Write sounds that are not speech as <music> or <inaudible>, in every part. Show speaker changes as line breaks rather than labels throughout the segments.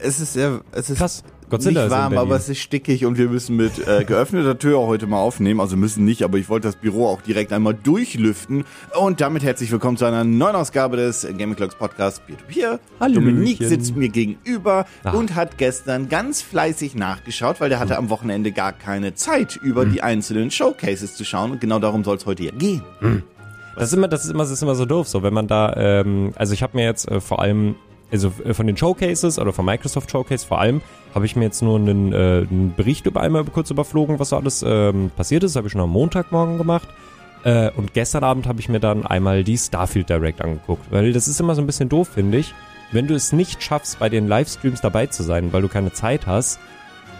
es ist sehr, es ist
Krass. Godzilla
nicht
ist in
warm,
Berlin.
aber es ist stickig und wir müssen mit äh, geöffneter Tür heute mal aufnehmen. Also müssen nicht, aber ich wollte das Büro auch direkt einmal durchlüften. Und damit herzlich willkommen zu einer neuen Ausgabe des Gaming Clocks Podcast Peer-to-Peer.
Hallöchen.
Dominik sitzt mir gegenüber
Ah. Hm.
und hat gestern ganz fleißig nachgeschaut, weil der hatte am Wochenende gar keine Zeit, über die einzelnen Showcases zu schauen. Und genau darum soll es heute ja gehen.
Das ist immer, das ist immer, das ist immer so doof, so wenn man da, ähm, also ich habe mir jetzt äh, vor allem, also äh, von den Showcases oder von Microsoft Showcase vor allem, habe ich mir jetzt nur einen, äh, einen Bericht über einmal kurz überflogen, was so alles ähm, passiert ist. Habe ich schon am Montagmorgen gemacht. Äh, und gestern Abend habe ich mir dann einmal die Starfield Direct angeguckt, weil das ist immer so ein bisschen doof, finde ich. Wenn du es nicht schaffst, bei den Livestreams dabei zu sein, weil du keine Zeit hast,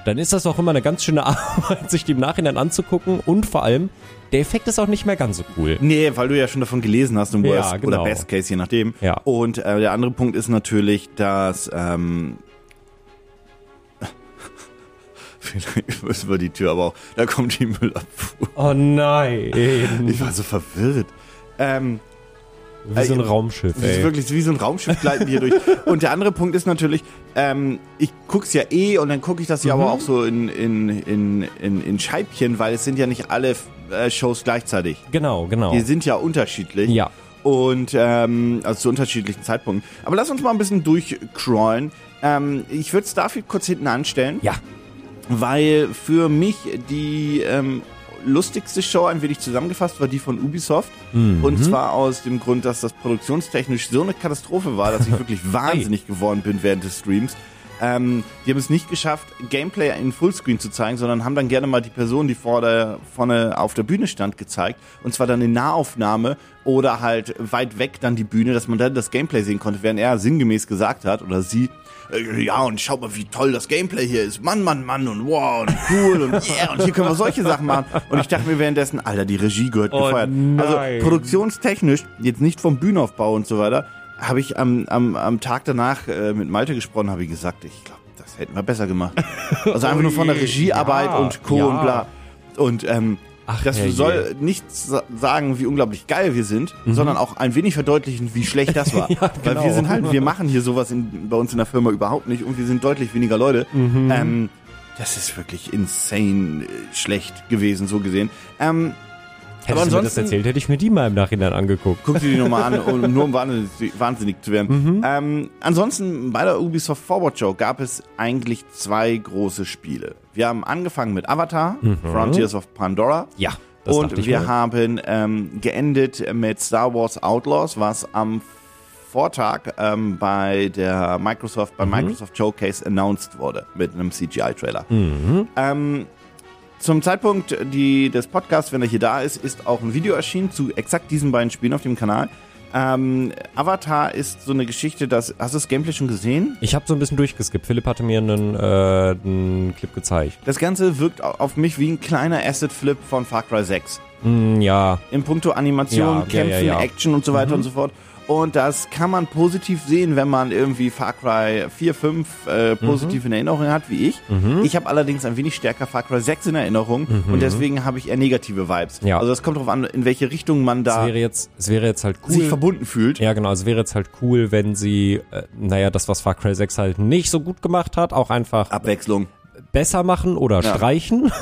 dann ist das auch immer eine ganz schöne <laughs> Arbeit, sich die im Nachhinein anzugucken und vor allem, der Effekt ist auch nicht mehr ganz so cool.
Nee, weil du ja schon davon gelesen hast im
Ja,
Worst
genau.
oder Best Case, je nachdem.
Ja.
Und äh, der andere Punkt ist natürlich, dass ähm, <laughs> vielleicht müssen wir die Tür, aber auch da kommt die Müllabfuhr.
Oh nein.
<laughs> Ich war so verwirrt. Ähm,
Wie so ein Raumschiff,
Es ist
ey.
wirklich wie so ein Raumschiff gleiten wir
<laughs>
hier durch. Und der andere Punkt ist natürlich, ähm, ich guck's ja eh und dann gucke ich das ja
Mhm.
aber auch so in, in, in, in, in Scheibchen, weil es sind ja nicht alle äh, Shows gleichzeitig.
Genau, genau.
Die sind ja unterschiedlich.
Ja.
Und ähm, also zu unterschiedlichen Zeitpunkten. Aber lass uns mal ein bisschen durchcrawlen. Ähm, ich würde Starfield kurz hinten anstellen,
Ja,
weil für mich die ähm, lustigste Show ein wenig zusammengefasst war die von Ubisoft. Und zwar aus dem Grund, dass das produktionstechnisch so eine Katastrophe war, dass ich wirklich wahnsinnig geworden bin während des Streams. Ähm, die haben es nicht geschafft, Gameplay in Fullscreen zu zeigen, sondern haben dann gerne mal die Person, die vor der, vorne auf der Bühne stand, gezeigt. Und zwar dann in Nahaufnahme oder halt weit weg dann die Bühne, dass man dann das Gameplay sehen konnte, während er sinngemäß gesagt hat oder sie, äh, ja und schau mal, wie toll das Gameplay hier ist. Mann, Mann, Mann und wow und cool
<laughs>
und yeah und hier können wir solche Sachen machen. Und ich dachte mir währenddessen, Alter, die Regie gehört
Oh
gefeuert.
nein.
Also produktionstechnisch, jetzt nicht vom Bühnenaufbau und so weiter, habe ich am, am, am Tag danach äh, mit Malte gesprochen, habe ich gesagt, ich glaube, das hätten wir besser
<laughs>
gemacht. Also einfach nur von der
Ui,
Regiearbeit
ja,
und Co. und
ja.
bla. Und ähm,
Ach,
das
herrje.
soll nicht sa- sagen, wie unglaublich geil wir sind, sondern auch ein wenig verdeutlichen, wie schlecht das
<laughs>
war. Weil
Mhm. genau.
wir sind halt, wir machen hier sowas in, bei uns in der Firma überhaupt nicht und wir sind deutlich weniger Leute.
Mhm.
Ähm, das ist wirklich insane äh, schlecht gewesen, so gesehen. Ähm,
hättest du mir das
ansonsten-
erzählt, hätte ich mir die mal im Nachhinein angeguckt.
Guck dir die nochmal an, um, nur um wahnsinnig, wahnsinnig zu werden. Ähm, ansonsten, bei der Ubisoft Forward Show gab es eigentlich zwei große Spiele. Wir haben angefangen mit Avatar, Frontiers of Pandora.
Ja, das dachte
und
ich
wir
mir.
haben ähm, geendet mit Star Wars Outlaws, was am Vortag ähm, bei der Microsoft,
Mhm.
beim Microsoft Showcase announced wurde mit einem CGI-Trailer.
Mhm.
Ähm, zum Zeitpunkt die, des Podcasts, wenn er hier da ist, ist auch ein Video erschienen zu exakt diesen beiden Spielen auf dem Kanal. Ähm, Avatar ist so eine Geschichte, dass. Hast du das Gameplay schon gesehen?
Ich habe so ein bisschen durchgeskippt. Philipp hatte mir einen, äh, einen Clip gezeigt.
Das Ganze wirkt au- auf mich wie ein kleiner Asset-Flip von Far Cry 6.
Hm, ja,
in puncto Animation,
Ja, ja,
Kämpfen,
ja, Mhm. ja.
Action und so weiter und so fort. Und das kann man positiv sehen, wenn man irgendwie Far Cry 4, 5 äh,
Mhm.
positiv in Erinnerung hat, wie ich. Ich habe allerdings ein wenig stärker Far Cry 6 in Erinnerung und deswegen habe ich eher negative Vibes.
Mhm. Ja.
Also das kommt darauf an, in welche Richtung man
es
da
wäre jetzt, es wäre jetzt halt
sich
cool.
verbunden fühlt.
Ja, genau. Es wäre jetzt halt cool, wenn sie, äh, naja, das, was Far Cry 6 halt nicht so gut gemacht hat, auch einfach
Abwechslung.
besser machen oder
Ja.
streichen.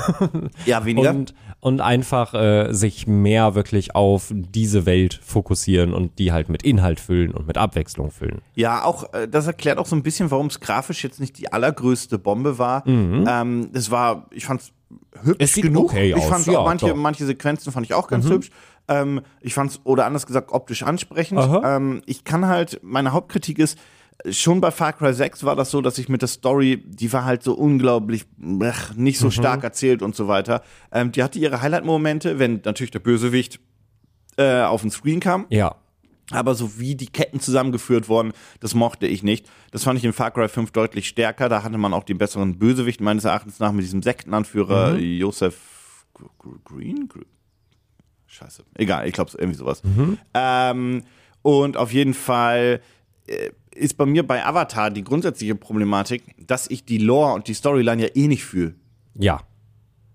Ja, weniger.
Und, und einfach äh, sich mehr wirklich auf diese Welt fokussieren und die halt mit Inhalt füllen und mit Abwechslung füllen.
Ja, auch äh, das erklärt auch so ein bisschen, warum es grafisch jetzt nicht die allergrößte Bombe war. Ähm, es war, ich fand's hübsch
Mhm. Es sieht
genug.
okay
ich
aus,
fand
ja,
auch manche,
doch. Mhm.
manche Sequenzen fand ich auch ganz hübsch. Ähm, ich fand's oder anders gesagt optisch ansprechend.
Aha.
Ähm, ich kann halt meine Hauptkritik ist äh, schon bei Far Cry 6 war das so, dass ich mit der Story, die war halt so unglaublich ach, nicht
Mhm.
so stark erzählt und so weiter. Ähm, die hatte ihre Highlight-Momente, wenn natürlich der Bösewicht äh, auf den Screen kam.
Ja.
Aber so wie die Ketten zusammengeführt wurden, das mochte ich nicht. Das fand ich in Far Cry 5 deutlich stärker. Da hatte man auch den besseren Bösewicht meines Erachtens nach mit diesem Sektenanführer
Mhm.
Joseph Gr- Gr- Green? Gr- Scheiße. Egal, ich glaube irgendwie sowas.
Mhm.
Ähm, und auf jeden Fall äh, ist bei mir bei Avatar die grundsätzliche Problematik, dass ich die Lore und die Storyline ja eh nicht fühle.
Ja.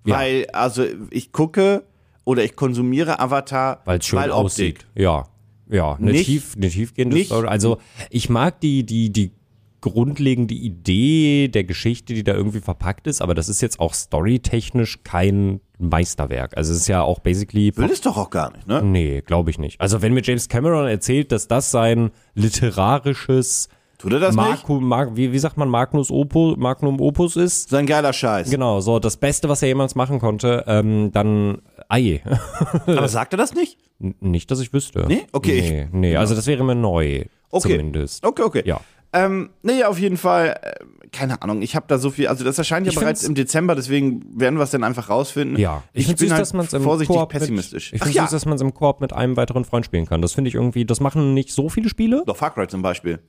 Ja.
Weil, also ich gucke oder ich konsumiere Avatar,
Weil es schön
weil Optik.
aussieht. Ja. Ja. Eine,
Nicht-
tief, eine tiefgehende
nicht-
Story. Also ich mag die, die, die grundlegende Idee der Geschichte, die da irgendwie verpackt ist, aber das ist jetzt auch storytechnisch kein Meisterwerk. Also es ist ja auch basically
Will es doch auch gar nicht, ne?
Nee, glaube ich nicht. Also wenn mir James Cameron erzählt, dass das sein literarisches
Tut er das nicht?
Marku, Mar, wie, wie sagt man Magnus Opus, Magnum Opus ist,
Sein geiler Scheiß.
genau, so das Beste, was er jemals machen konnte, ähm, dann ei. Genau.
Aber sagt er das nicht?
N- <laughs> nicht, dass ich wüsste.
Nee? Okay,
Nee, nee also das wäre mir neu.
Okay.
Zumindest.
Okay, okay.
Ja.
Ähm, nee, auf jeden Fall, äh, keine Ahnung, ich habe da so viel, also das erscheint ja
Ich
bereits
find's-
im Dezember, deswegen werden wir es dann einfach rausfinden.
Ja,
ich,
find's
bin halt
dass man's im
vorsichtig
Koop
pessimistisch.
Mit, ich
Ach
finde
ja,
süß, dass man es im Koop mit einem weiteren Freund spielen kann. Das finde ich irgendwie, das machen nicht so viele Spiele.
doch Far Cry zum Beispiel.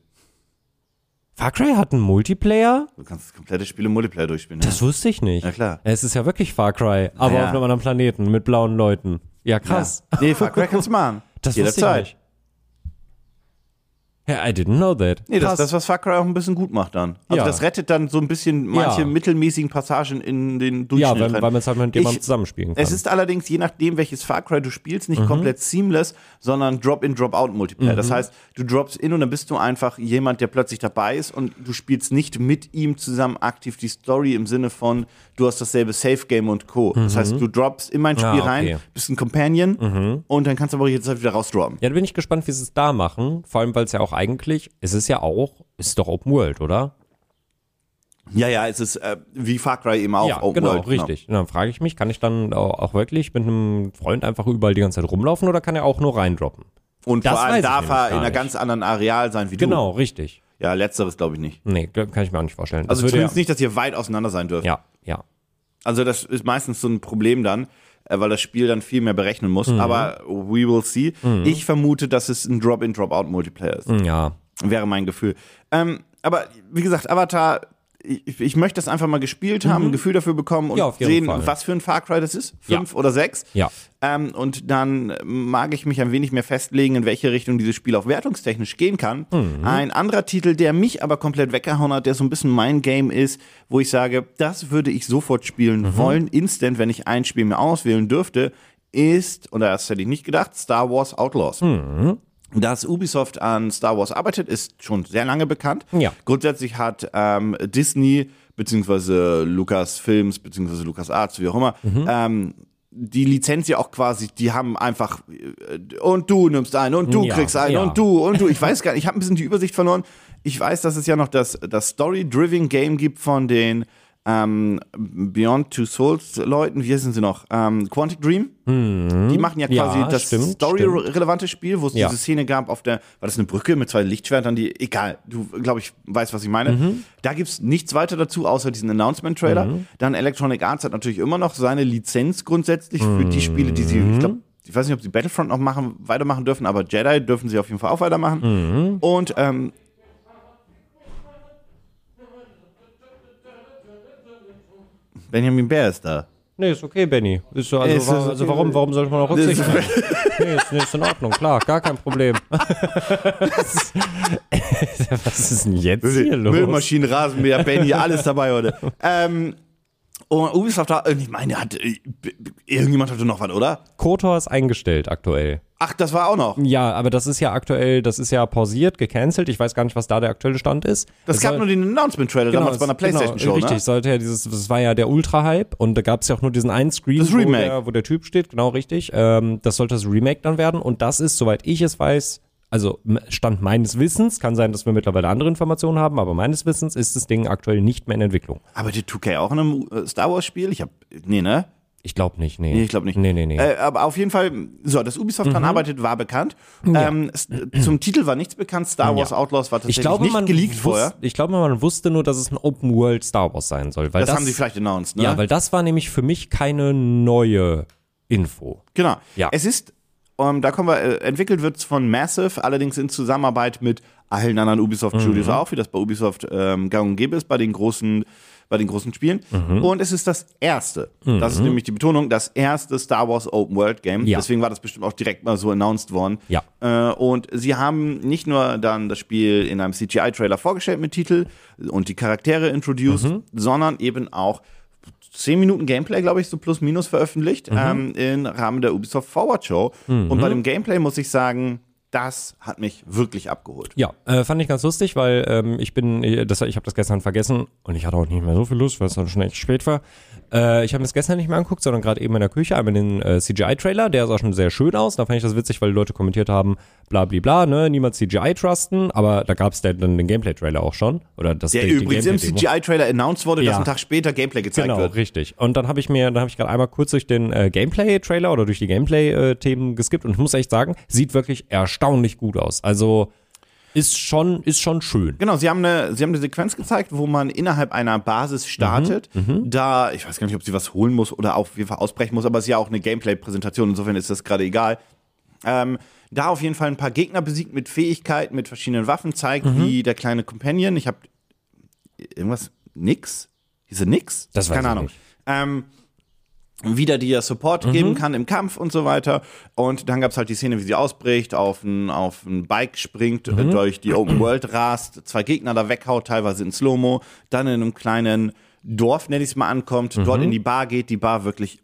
Far Cry hat einen Multiplayer?
Du kannst das komplette Spiel im Multiplayer durchspielen.
Das wusste ich nicht.
Ja, klar.
Es ist ja wirklich Far Cry, aber
Ja.
auf einem anderen Planeten mit blauen Leuten. Ja, krass.
Ja. Nee, Far Cry kannst du machen.
Ah, Das wusste ich
Jederzeit.
nicht. Yeah, I didn't know that.
Nee, das
Krass.
ist das, was Far Cry auch ein bisschen gut macht dann. Also
Ja.
das rettet dann so ein bisschen manche
Ja.
mittelmäßigen Passagen in den Durchschnitt.
ja, weil,
rein.
weil man es halt mit
Ich-
jemandem zusammenspielen kann.
Es ist allerdings, je nachdem, welches Far Cry du spielst, nicht komplett seamless, sondern Drop-in, Drop-out-Multiplayer. Das heißt, du droppst in und dann bist du einfach jemand, der plötzlich dabei ist und du spielst nicht mit ihm zusammen aktiv die Story im Sinne von, du hast dasselbe Safe-Game und Co. Das heißt, du droppst in mein Spiel
Ah, okay.
rein, bist ein Companion und dann kannst du aber jederzeit wieder rausdroppen.
ja, da bin ich gespannt, wie sie es da machen. Vor allem, weil es ja auch eigentlich, es ist ja auch, es ist doch Open World, oder?
Ja, ja, es ist äh, wie Far Cry eben auch.
ja,
Open
genau,
World,
richtig. Und dann frage ich mich, kann ich dann au- auch wirklich mit einem Freund einfach überall die ganze Zeit rumlaufen oder kann er auch nur reindroppen?
Und
Das
vor allem
weiß ich
darf
nämlich
er in
gar
einer
nicht.
ganz anderen Areal sein wie
Genau, richtig.
du. Ja, letzteres glaube ich nicht.
Nee, glaub- kann ich mir auch nicht vorstellen. Das
Also
würde
zumindest nicht, dass ihr weit auseinander sein dürft.
ja, ja, ja.
Also das ist meistens so ein Problem dann, äh, weil das Spiel dann viel mehr berechnen muss. Aber we will see. Ich vermute, dass es ein Drop-in, Drop-out-Multiplayer ist.
mm, Ja,
Wäre mein Gefühl. Ähm, aber wie gesagt, Avatar, ich, ich möchte das einfach mal gespielt haben, ein Gefühl dafür bekommen und
Mhm. Ja, auf jeden
sehen,
Fall.
was für ein Far Cry das ist. Fünf oder sechs.
ja.
Ähm, und dann mag ich mich ein wenig mehr festlegen, in welche Richtung dieses Spiel auch wertungstechnisch gehen kann.
Mhm.
Ein anderer Titel, der mich aber komplett weggehauen hat, der so ein bisschen mein Game ist, wo ich sage, das würde ich sofort spielen
Mhm.
wollen, instant, wenn ich ein Spiel mir auswählen dürfte, ist, und das hätte ich nicht gedacht, Star Wars
Mhm.
Outlaws. Dass Ubisoft an Star Wars arbeitet, ist schon sehr lange bekannt.
Ja.
Grundsätzlich hat ähm, Disney beziehungsweise Lucasfilms beziehungsweise LucasArts, wie auch immer,
Mhm.
ähm, die Lizenz ja auch quasi, die haben einfach äh, und du nimmst einen und du
Ja,
kriegst einen
ja.
und du und du. Ich weiß gar nicht, ich habe ein bisschen die Übersicht verloren. Ich weiß, dass es ja noch das, das Story-Driven Game gibt von den ähm, Beyond Two Souls Leuten, wie heißen sie noch? Ähm, Quantic Dream. Die machen ja
Mhm. Ja,
quasi das
stimmt,
Story-relevante Spiel, wo es
Ja.
diese Szene gab auf der, war das eine Brücke mit zwei Lichtschwertern, die, egal, du, glaube ich, weißt, was ich meine.
Mhm.
Da gibt's nichts weiter dazu, außer diesen Announcement-Trailer. Dann Electronic Arts hat natürlich immer noch seine Lizenz grundsätzlich für die Spiele, die sie, ich
Mhm.
glaube, ich weiß nicht, ob sie Battlefront noch machen, weitermachen dürfen, aber Jedi dürfen sie auf jeden Fall auch
Mhm.
weitermachen. Und ähm, Benjamin Bär ist da.
Nee, ist okay, Benny. Ist so, also,
Ist
wa-
das
also
okay,
warum,
Benny?
warum sollte man auch Rücksicht nehmen? nee, ist, nee, ist in Ordnung, klar, gar
<laughs>
kein Problem. Was ist <laughs> denn jetzt hier los?
Müllmaschinen, Rasenmäher, Benny, alles dabei
<laughs>
heute. Ähm, und Ubisoft hat, ich meine, hat, äh, irgendjemand hatte noch was, oder?
Kotor ist eingestellt aktuell.
Ach, das war auch noch.
Ja, aber das ist ja aktuell, das ist ja pausiert, gecancelt. Ich weiß gar nicht, was da der aktuelle Stand ist.
Das
Es
gab
soll-
nur den Announcement-Trailer damals bei einer
genau,
Playstation-Show,
Richtig,
ne?
sollte ja dieses, das war ja der Ultra-Hype und da gab es ja auch nur diesen einen Screen,
Das
wo,
Remake.
der, wo der Typ steht, genau richtig. Ähm, das sollte das Remake dann werden und das ist, soweit ich es weiß, also m- Stand meines Wissens, kann sein, dass wir mittlerweile andere Informationen haben, aber meines Wissens ist das Ding aktuell nicht mehr in Entwicklung.
Aber die 2K auch in einem äh, Star Wars-Spiel? Ich hab, nee, ne?
Ich glaube nicht, nee.
Nee, ich glaube nicht.
Nee, nee, nee.
Äh, aber auf jeden Fall, so, dass Ubisoft
Mhm.
dran arbeitet, war bekannt. Ähm, s- zum Titel war nichts bekannt. Star Wars
Oh Ja.
Outlaws war tatsächlich
ich glaube,
nicht
man
geleakt
wus-
vorher.
Ich glaube, man wusste nur, dass es ein Open World Star Wars sein soll. Weil
Das,
das,
haben sie vielleicht announced, ne?
Ja, weil das war nämlich für mich keine neue Info.
Genau.
Ja.
Es ist, ähm, da kommen wir, äh, entwickelt wird es von Massive, allerdings in Zusammenarbeit mit allen anderen
Mhm.
Ubisoft Studios auch, wie das bei Ubisoft ähm, gang und gäbe ist, bei den großen, bei den großen Spielen.
Mhm.
Und es ist das erste, das ist nämlich die Betonung, das erste Star Wars Open World Game.
Ja.
Deswegen war das bestimmt auch direkt mal so announced worden.
Ja.
Äh, und sie haben nicht nur dann das Spiel in einem CGI-Trailer vorgestellt mit Titel und die Charaktere introduced,
Mhm.
sondern eben auch 10 Minuten Gameplay, glaube ich, so plus
Mhm.
minus veröffentlicht ähm, im Rahmen der Ubisoft Forward Show. Und bei dem Gameplay muss ich sagen, das hat mich wirklich abgeholt.
Ja, äh, fand ich ganz lustig, weil ähm, ich bin, äh, das, ich habe das gestern vergessen und ich hatte auch nicht mehr so viel Lust, weil es dann schon echt spät war. Äh, ich habe mir das gestern nicht mehr angeguckt, sondern gerade eben in der Küche einmal den äh, CGI-Trailer, der sah schon sehr schön aus. Da fand ich das witzig, weil die Leute kommentiert haben, bla bla bla, ne, niemals CGI trusten, aber da gab es dann den Gameplay-Trailer auch schon. Oder das
Der
den
übrigens im
Gameplay-Demo.
CGI-Trailer announced wurde,
Ja.
dass einen Tag später Gameplay gezeigt
Genau,
wird.
richtig. Und dann habe ich mir, dann habe ich gerade einmal kurz durch den äh, Gameplay-Trailer oder durch die Gameplay-Themen geskippt und ich muss echt sagen, sieht wirklich erstaunlich gut aus. Also ist schon, ist schon schön.
Genau, sie haben, eine, sie haben eine Sequenz gezeigt, wo man innerhalb einer Basis startet. Da, ich weiß gar nicht, ob sie was holen muss oder auf jeden Fall ausbrechen muss, aber es ist ja auch eine Gameplay-Präsentation, insofern ist das gerade egal. Ähm, da auf jeden Fall ein paar Gegner besiegt mit Fähigkeiten, mit verschiedenen Waffen, zeigt,
Mhm.
wie der kleine Companion. Ich habe irgendwas, nix? Hieß er nix?
Das weiß
Keine
ich
Ahnung.
nicht. Mhm.
Ähm, wieder dir Support geben kann im Kampf und so weiter. Und dann gab es halt die Szene, wie sie ausbricht, auf ein, auf ein Bike springt,
Mhm.
äh, durch die Open World rast, zwei Gegner da weghaut, teilweise in Slow-Mo, dann in einem kleinen Dorf, nenn ich es mal, ankommt, dort
Mhm.
in die Bar geht, die Bar wirklich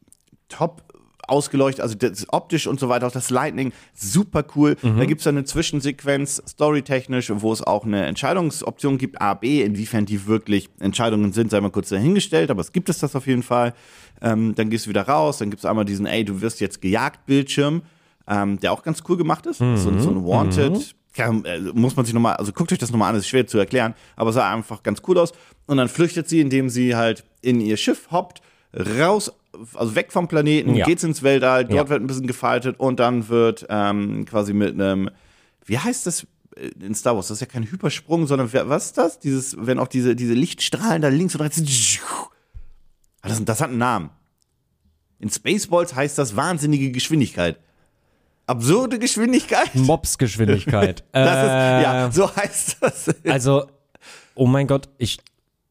top ausgeleuchtet, also das optisch und so weiter, auch das Lightning, super cool. Da gibt es dann eine Zwischensequenz, storytechnisch, wo es auch eine Entscheidungsoption gibt, A, B, inwiefern die wirklich Entscheidungen sind, sei mal kurz dahingestellt, aber es gibt es das auf jeden Fall. Ähm, dann gehst du wieder raus, dann gibt es einmal diesen, ey, du wirst jetzt gejagt, Bildschirm, ähm, der auch ganz cool gemacht ist, so,
Mhm.
so ein Wanted. Ja, äh, muss man sich nochmal, also guckt euch das nochmal an, ist schwer zu erklären, aber sah einfach ganz cool aus. Und dann flüchtet sie, indem sie halt in ihr Schiff hoppt, raus, also weg vom Planeten,
Ja.
geht's ins Weltall, dort
Ja.
wird ein bisschen gefaltet und dann wird ähm, quasi mit einem, wie heißt das äh, in Star Wars? Das ist ja kein Hypersprung, sondern wer- was ist das? Dieses, wenn auch diese, diese Lichtstrahlen da links und rechts. Ah, Das, das hat einen Namen. In Spaceballs heißt das wahnsinnige Geschwindigkeit. Absurde Geschwindigkeit? <laughs>
Mopsgeschwindigkeit.
Das ist,
Äh,
ja, so heißt das.
Also, oh mein Gott, ich.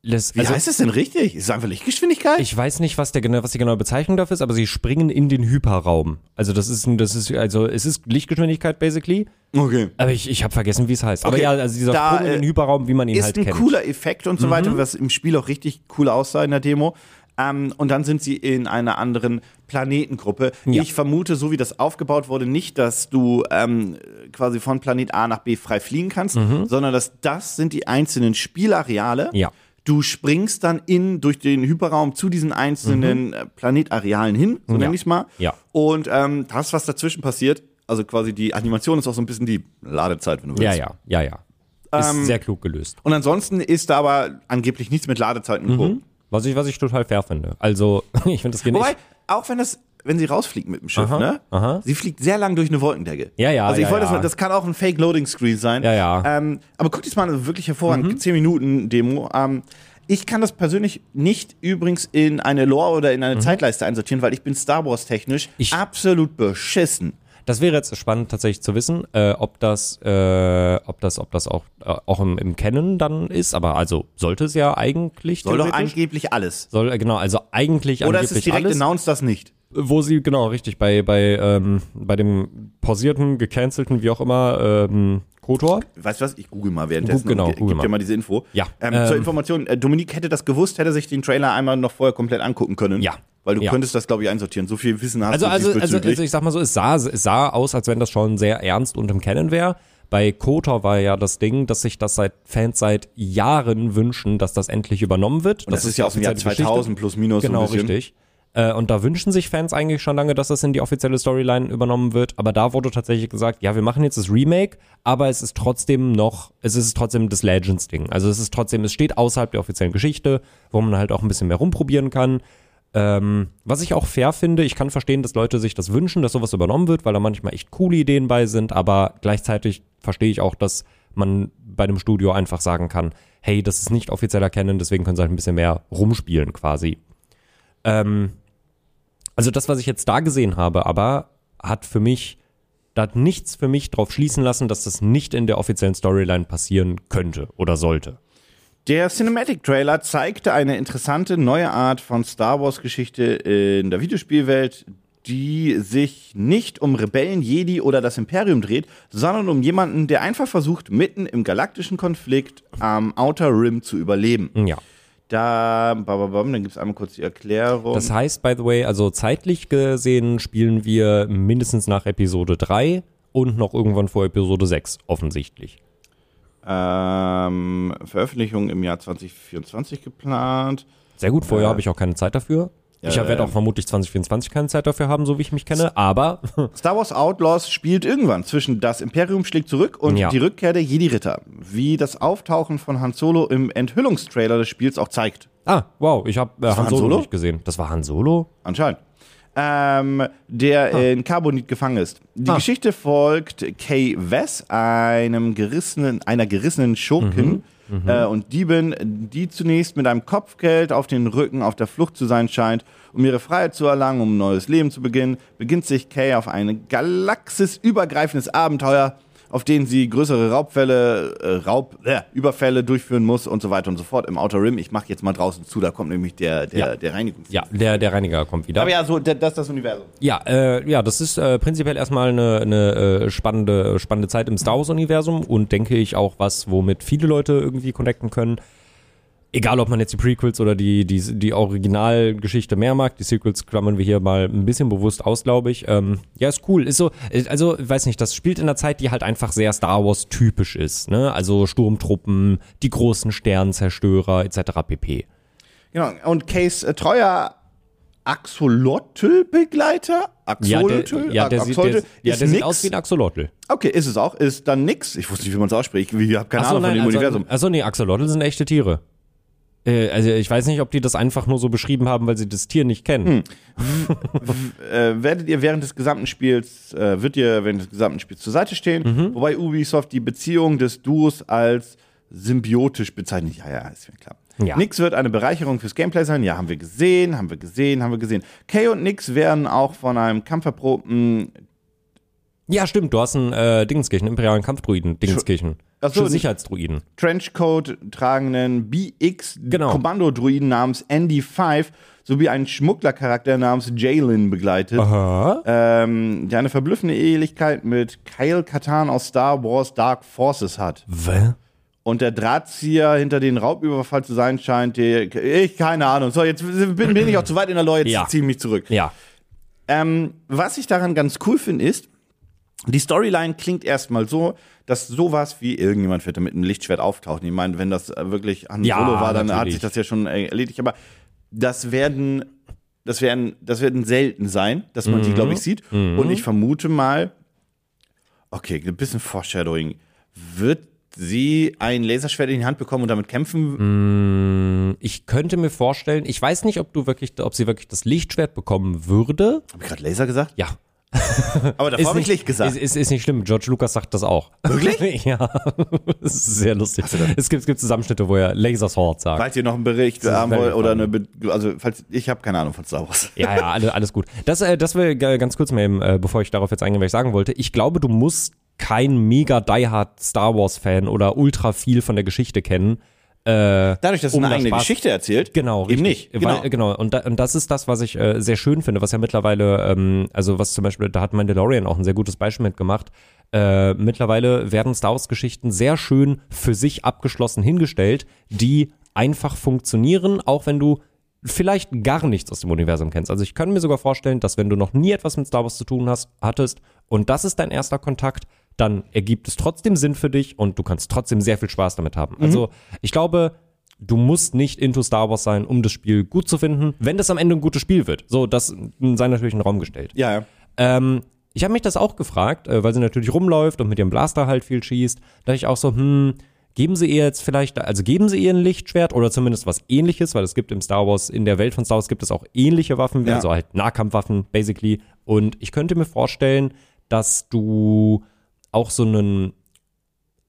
Das,
Wie
also,
heißt das denn richtig? Ist es einfach Lichtgeschwindigkeit?
ich weiß nicht, was, der, genau- was die genaue Bezeichnung dafür ist, aber sie springen in den Hyperraum. Also das ist, ein- das ist, also es ist Lichtgeschwindigkeit basically.
okay.
Aber ich, ich habe vergessen, wie es heißt. Aber
Okay,
ja, also dieser
da,
Sprung in den
äh,
Hyperraum, wie man ihn
ist
halt
ein
kennt. Mhm.
cooler Effekt und so weiter, was im Spiel auch richtig cool aussah in der Demo. Ähm, und dann sind sie in einer anderen Planetengruppe.
Ja.
Ich vermute, so wie das aufgebaut wurde, nicht, dass du ähm, quasi von Planet A nach B frei fliegen kannst, sondern dass das sind die einzelnen Spielareale.
Mhm. Ja.
Du springst dann in durch den Hyperraum zu diesen einzelnen äh, Planetarealen hin, so nenn ich es mal.
Mhm. Ja.
Und ähm, das, was dazwischen passiert, also quasi die Animation ist auch so ein bisschen die Ladezeit, wenn du willst.
Ja, ja, ja, ja. Ist
Ähm.
sehr klug gelöst.
Und ansonsten ist da aber angeblich nichts mit Ladezeiten mhm.
Was ich, was ich total fair finde. Also, <laughs> ich finde das geht
Wobei,
nicht.
auch wenn das, wenn sie rausfliegt mit dem Schiff,
Aha,
ne?
aha.
Sie fliegt sehr lang durch eine Wolkendecke.
Ja, ja,
Also ich
ja,
wollte
ja.
das mal, das kann auch ein Fake-Loading-Screen sein.
Ja, ja. Mhm.
Ähm, aber guck dich mal an, wirklich hervorragend. 10 Minuten Demo. Ähm, ich kann das persönlich nicht übrigens in eine Lore oder in eine Zeitleiste einsortieren, weil ich bin Star Wars technisch
Mhm. Ich-
absolut beschissen.
Das wäre jetzt spannend tatsächlich zu wissen, äh, ob das, äh, ob das, ob das auch, äh, auch im, im Canon dann ist. Aber also sollte es ja eigentlich.
Soll doch
theoretisch-
angeblich alles.
soll äh, genau, also eigentlich
Oder ist
angeblich
es direkt genau-
alles,
announced das nicht?
wo sie genau richtig bei bei ähm, bei dem pausierten, gecancelten, wie auch immer ähm, Kotor.
Weißt du was? Ich google mal währenddessen.
Gu- genau,
und ge-
google
gib dir
mal.
mal diese Info.
Ja,
Ähm,
ähm,
zur Information, äh, Dominik hätte das gewusst, hätte sich den Trailer einmal noch vorher komplett angucken können.
Ja.
Weil du
Ja.
könntest das, glaube ich, einsortieren. So viel Wissen hast
Also
du
also, also
diesbezüglich.
also ich sag mal so, es sah es sah aus, als wenn das schon sehr ernst und im Canon wäre. Bei Kotor war ja das Ding, dass sich das seit Fans seit Jahren wünschen, dass das endlich übernommen wird.
das, ist ja aus dem Jahr 2000 plus minus
Genau,
so ein bisschen.
richtig. Äh, und da wünschen sich Fans eigentlich schon lange, dass das in die offizielle Storyline übernommen wird. Aber da wurde tatsächlich gesagt, ja, wir machen jetzt das Remake, aber es ist trotzdem noch, es ist trotzdem das Legends-Ding. Also es ist trotzdem, es steht außerhalb der offiziellen Geschichte, wo man halt auch ein bisschen mehr rumprobieren kann. Ähm, was ich auch fair finde, ich kann verstehen, dass Leute sich das wünschen, dass sowas übernommen wird, weil da manchmal echt coole Ideen bei sind, aber gleichzeitig verstehe ich auch, dass man bei einem Studio einfach sagen kann, hey, das ist nicht offizieller Canon, deswegen können sie halt ein bisschen mehr rumspielen quasi. Ähm, also das, was ich jetzt da gesehen habe, aber hat für mich, da hat nichts für mich drauf schließen lassen, dass das nicht in der offiziellen Storyline passieren könnte oder sollte.
Der Cinematic-Trailer zeigte eine interessante neue Art von Star Wars-Geschichte in der Videospielwelt, die sich nicht um Rebellen, Jedi oder das Imperium dreht, sondern um jemanden, der einfach versucht, mitten im galaktischen Konflikt am Outer Rim zu überleben.
Ja.
Da, bababam, dann gibt es einmal kurz die Erklärung.
Das heißt, by the way, also zeitlich gesehen spielen wir mindestens nach Episode 3 und noch irgendwann vor Episode 6, offensichtlich.
Ähm, Veröffentlichung im Jahr 2024 geplant.
Sehr gut, vorher
Äh.
habe ich auch keine Zeit dafür. Ich
Ja,
werde
ja.
auch vermutlich 2024 keine Zeit dafür haben, so wie ich mich kenne, aber <laughs>
Star Wars Outlaws spielt irgendwann zwischen Das Imperium schlägt zurück und
Ja.
die Rückkehr der Jedi-Ritter, wie das Auftauchen von Han Solo im Enthüllungstrailer des Spiels auch zeigt.
Ah, wow, ich habe äh,
war
Han
Han
Solo,
Solo?
nicht gesehen. Das war Han Solo?
Anscheinend. Ähm, der in Carbonit gefangen ist. Die
Ah.
Geschichte folgt Kay Vess, einem gerissenen, einer gerissenen Schurken
Mhm.
Äh, und Diebin, die zunächst mit einem Kopfgeld auf den Rücken auf der Flucht zu sein scheint. Um ihre Freiheit zu erlangen, um ein neues Leben zu beginnen, beginnt sich Kay auf ein galaxisübergreifendes Abenteuer, auf denen sie größere Raubfälle, äh, Raub, äh, Überfälle durchführen muss und so weiter und so fort im Outer Rim. Ich mache jetzt mal draußen zu, da kommt nämlich der, der,
Ja.
der Reinigungs.
Ja, der, der Reiniger kommt wieder.
Aber ja, so, da- das ist das Universum.
Ja, äh, ja, das ist äh, prinzipiell erstmal eine, eine äh, spannende, spannende Zeit im Star Wars-Universum und denke ich auch was, womit viele Leute irgendwie connecten können. Egal, ob man jetzt die Prequels oder die, die, die Originalgeschichte mehr mag, die Sequels klammern wir hier mal ein bisschen bewusst aus, glaube ich. Ähm, ja, ist cool. Ist so, äh, also, weiß nicht, das spielt in einer Zeit, die halt einfach sehr Star Wars-typisch ist. Ne? Also Sturmtruppen, die großen Sternenzerstörer etc. pp.
Genau. Und Case äh, treuer Axolotl-Begleiter?
Ja, der,
Axolotl?
ja, der, sieht, der,
Axolotl
ja,
ist
der sieht
nix.
aus wie ein Axolotl.
Okay, ist es auch. Ist dann nix. Ich wusste nicht, wie man es ausspricht. Ich habe keine
Ach so,
Ahnung
nein,
von dem
also,
Universum.
Achso, nee, Axolotl sind echte Tiere. Äh, also ich weiß nicht, ob die das einfach nur so beschrieben haben, weil sie das Tier nicht kennen.
Hm. Äh, werdet ihr während des gesamten Spiels, äh, wird ihr während des gesamten Spiels zur Seite stehen,
Mhm.
wobei Ubisoft die Beziehung des Duos als symbiotisch bezeichnet. Ja, ja, ist mir klar.
Ja.
Nix wird eine Bereicherung fürs Gameplay sein. Ja, haben wir gesehen, haben wir gesehen, haben wir gesehen. Kay und Nix werden auch von einem kampferprobten
Ja, stimmt, du hast einen äh, Dingenskirchen, einen imperialen Kampfdruiden, Dingenskirchen.
Ach so,
Schon
nicht-
Sicherheitsdruiden.
Trenchcoat tragenden
Genau.
BX-Kommandodruiden namens Andy Five sowie einen Schmugglercharakter namens Jalen begleitet,
Aha.
ähm, der eine verblüffende Ähnlichkeit mit Kyle Katan aus Star Wars Dark Forces hat.
Well.
Und der Drahtzieher hinter den Raubüberfall zu sein scheint, der, ich keine Ahnung. So, jetzt bin, bin ich auch zu weit in der Lore, jetzt
Ja.
ziehe ich mich zurück.
Ja.
Ähm, was ich daran ganz cool finde, ist, die Storyline klingt erstmal so, dass sowas wie irgendjemand wird da mit einem Lichtschwert auftauchen. Ich meine, wenn das äh, wirklich an
Ja,
Solo war, dann hat
natürlich.
sich das ja schon äh, erledigt. Aber das werden, das werden, das werden selten sein, dass man die,
Mhm.
glaube ich, sieht. Und ich vermute mal, okay, ein bisschen Foreshadowing. Wird sie ein Laserschwert in die Hand bekommen und damit
Mhm.
kämpfen?
Ich könnte mir vorstellen, ich weiß nicht, ob du wirklich, ob sie wirklich das Lichtschwert bekommen würde.
Hab ich gerade Laser
<laughs>
gesagt?
Ja.
Aber davor habe ich Licht gesagt.
Ist, ist, ist nicht schlimm. George Lucas sagt das auch. Wirklich? <laughs> ja. das ist sehr lustig. Es gibt, es gibt Zusammenschnitte, wo er Laser Sword sagt.
Falls ihr noch einen Bericht haben
very
wollt oder
funny.
eine, Be also falls ich habe keine Ahnung von Star Wars.
Ja, ja, alles, alles gut. Das, äh, das will g- ganz kurz mal eben, äh, bevor ich darauf jetzt eingehe, was ich sagen wollte. Ich glaube, du musst kein mega diehard Star Wars Fan oder ultra viel von der Geschichte kennen.
Dadurch, dass es
Um
eine
da
eigene
Spaß-
Geschichte erzählt,
Genau,
eben
richtig.
nicht. Genau.
Weil, äh, genau. Und, da, und das ist das, was ich äh, sehr schön finde, was ja mittlerweile, ähm, also was zum Beispiel, da hat Mandalorian auch ein sehr gutes Beispiel mitgemacht. Äh, mittlerweile werden Star Wars-Geschichten sehr schön für sich abgeschlossen hingestellt, die einfach funktionieren, auch wenn du vielleicht gar nichts aus dem Universum kennst. Also ich kann mir sogar vorstellen, dass wenn du noch nie etwas mit Star Wars zu tun hast, hattest und das ist dein erster Kontakt, dann ergibt es trotzdem Sinn für dich und du kannst trotzdem sehr viel Spaß damit
Mhm.
haben. Also ich glaube, du musst nicht into Star Wars sein, um das Spiel gut zu finden, wenn das am Ende ein gutes Spiel wird. So, das mh, sei natürlich in den Raum gestellt.
ja, ja.
Ähm, ich habe mich das auch gefragt, äh, weil sie natürlich rumläuft und mit ihrem Blaster halt viel schießt. Da dachte ich auch so, hm, geben sie ihr jetzt vielleicht, also geben sie ihr ein Lichtschwert oder zumindest was ähnliches, weil es gibt im Star Wars, in der Welt von Star Wars gibt es auch ähnliche Waffen,
Ja.
also halt Nahkampfwaffen, basically. Und ich könnte mir vorstellen, dass du auch so einen,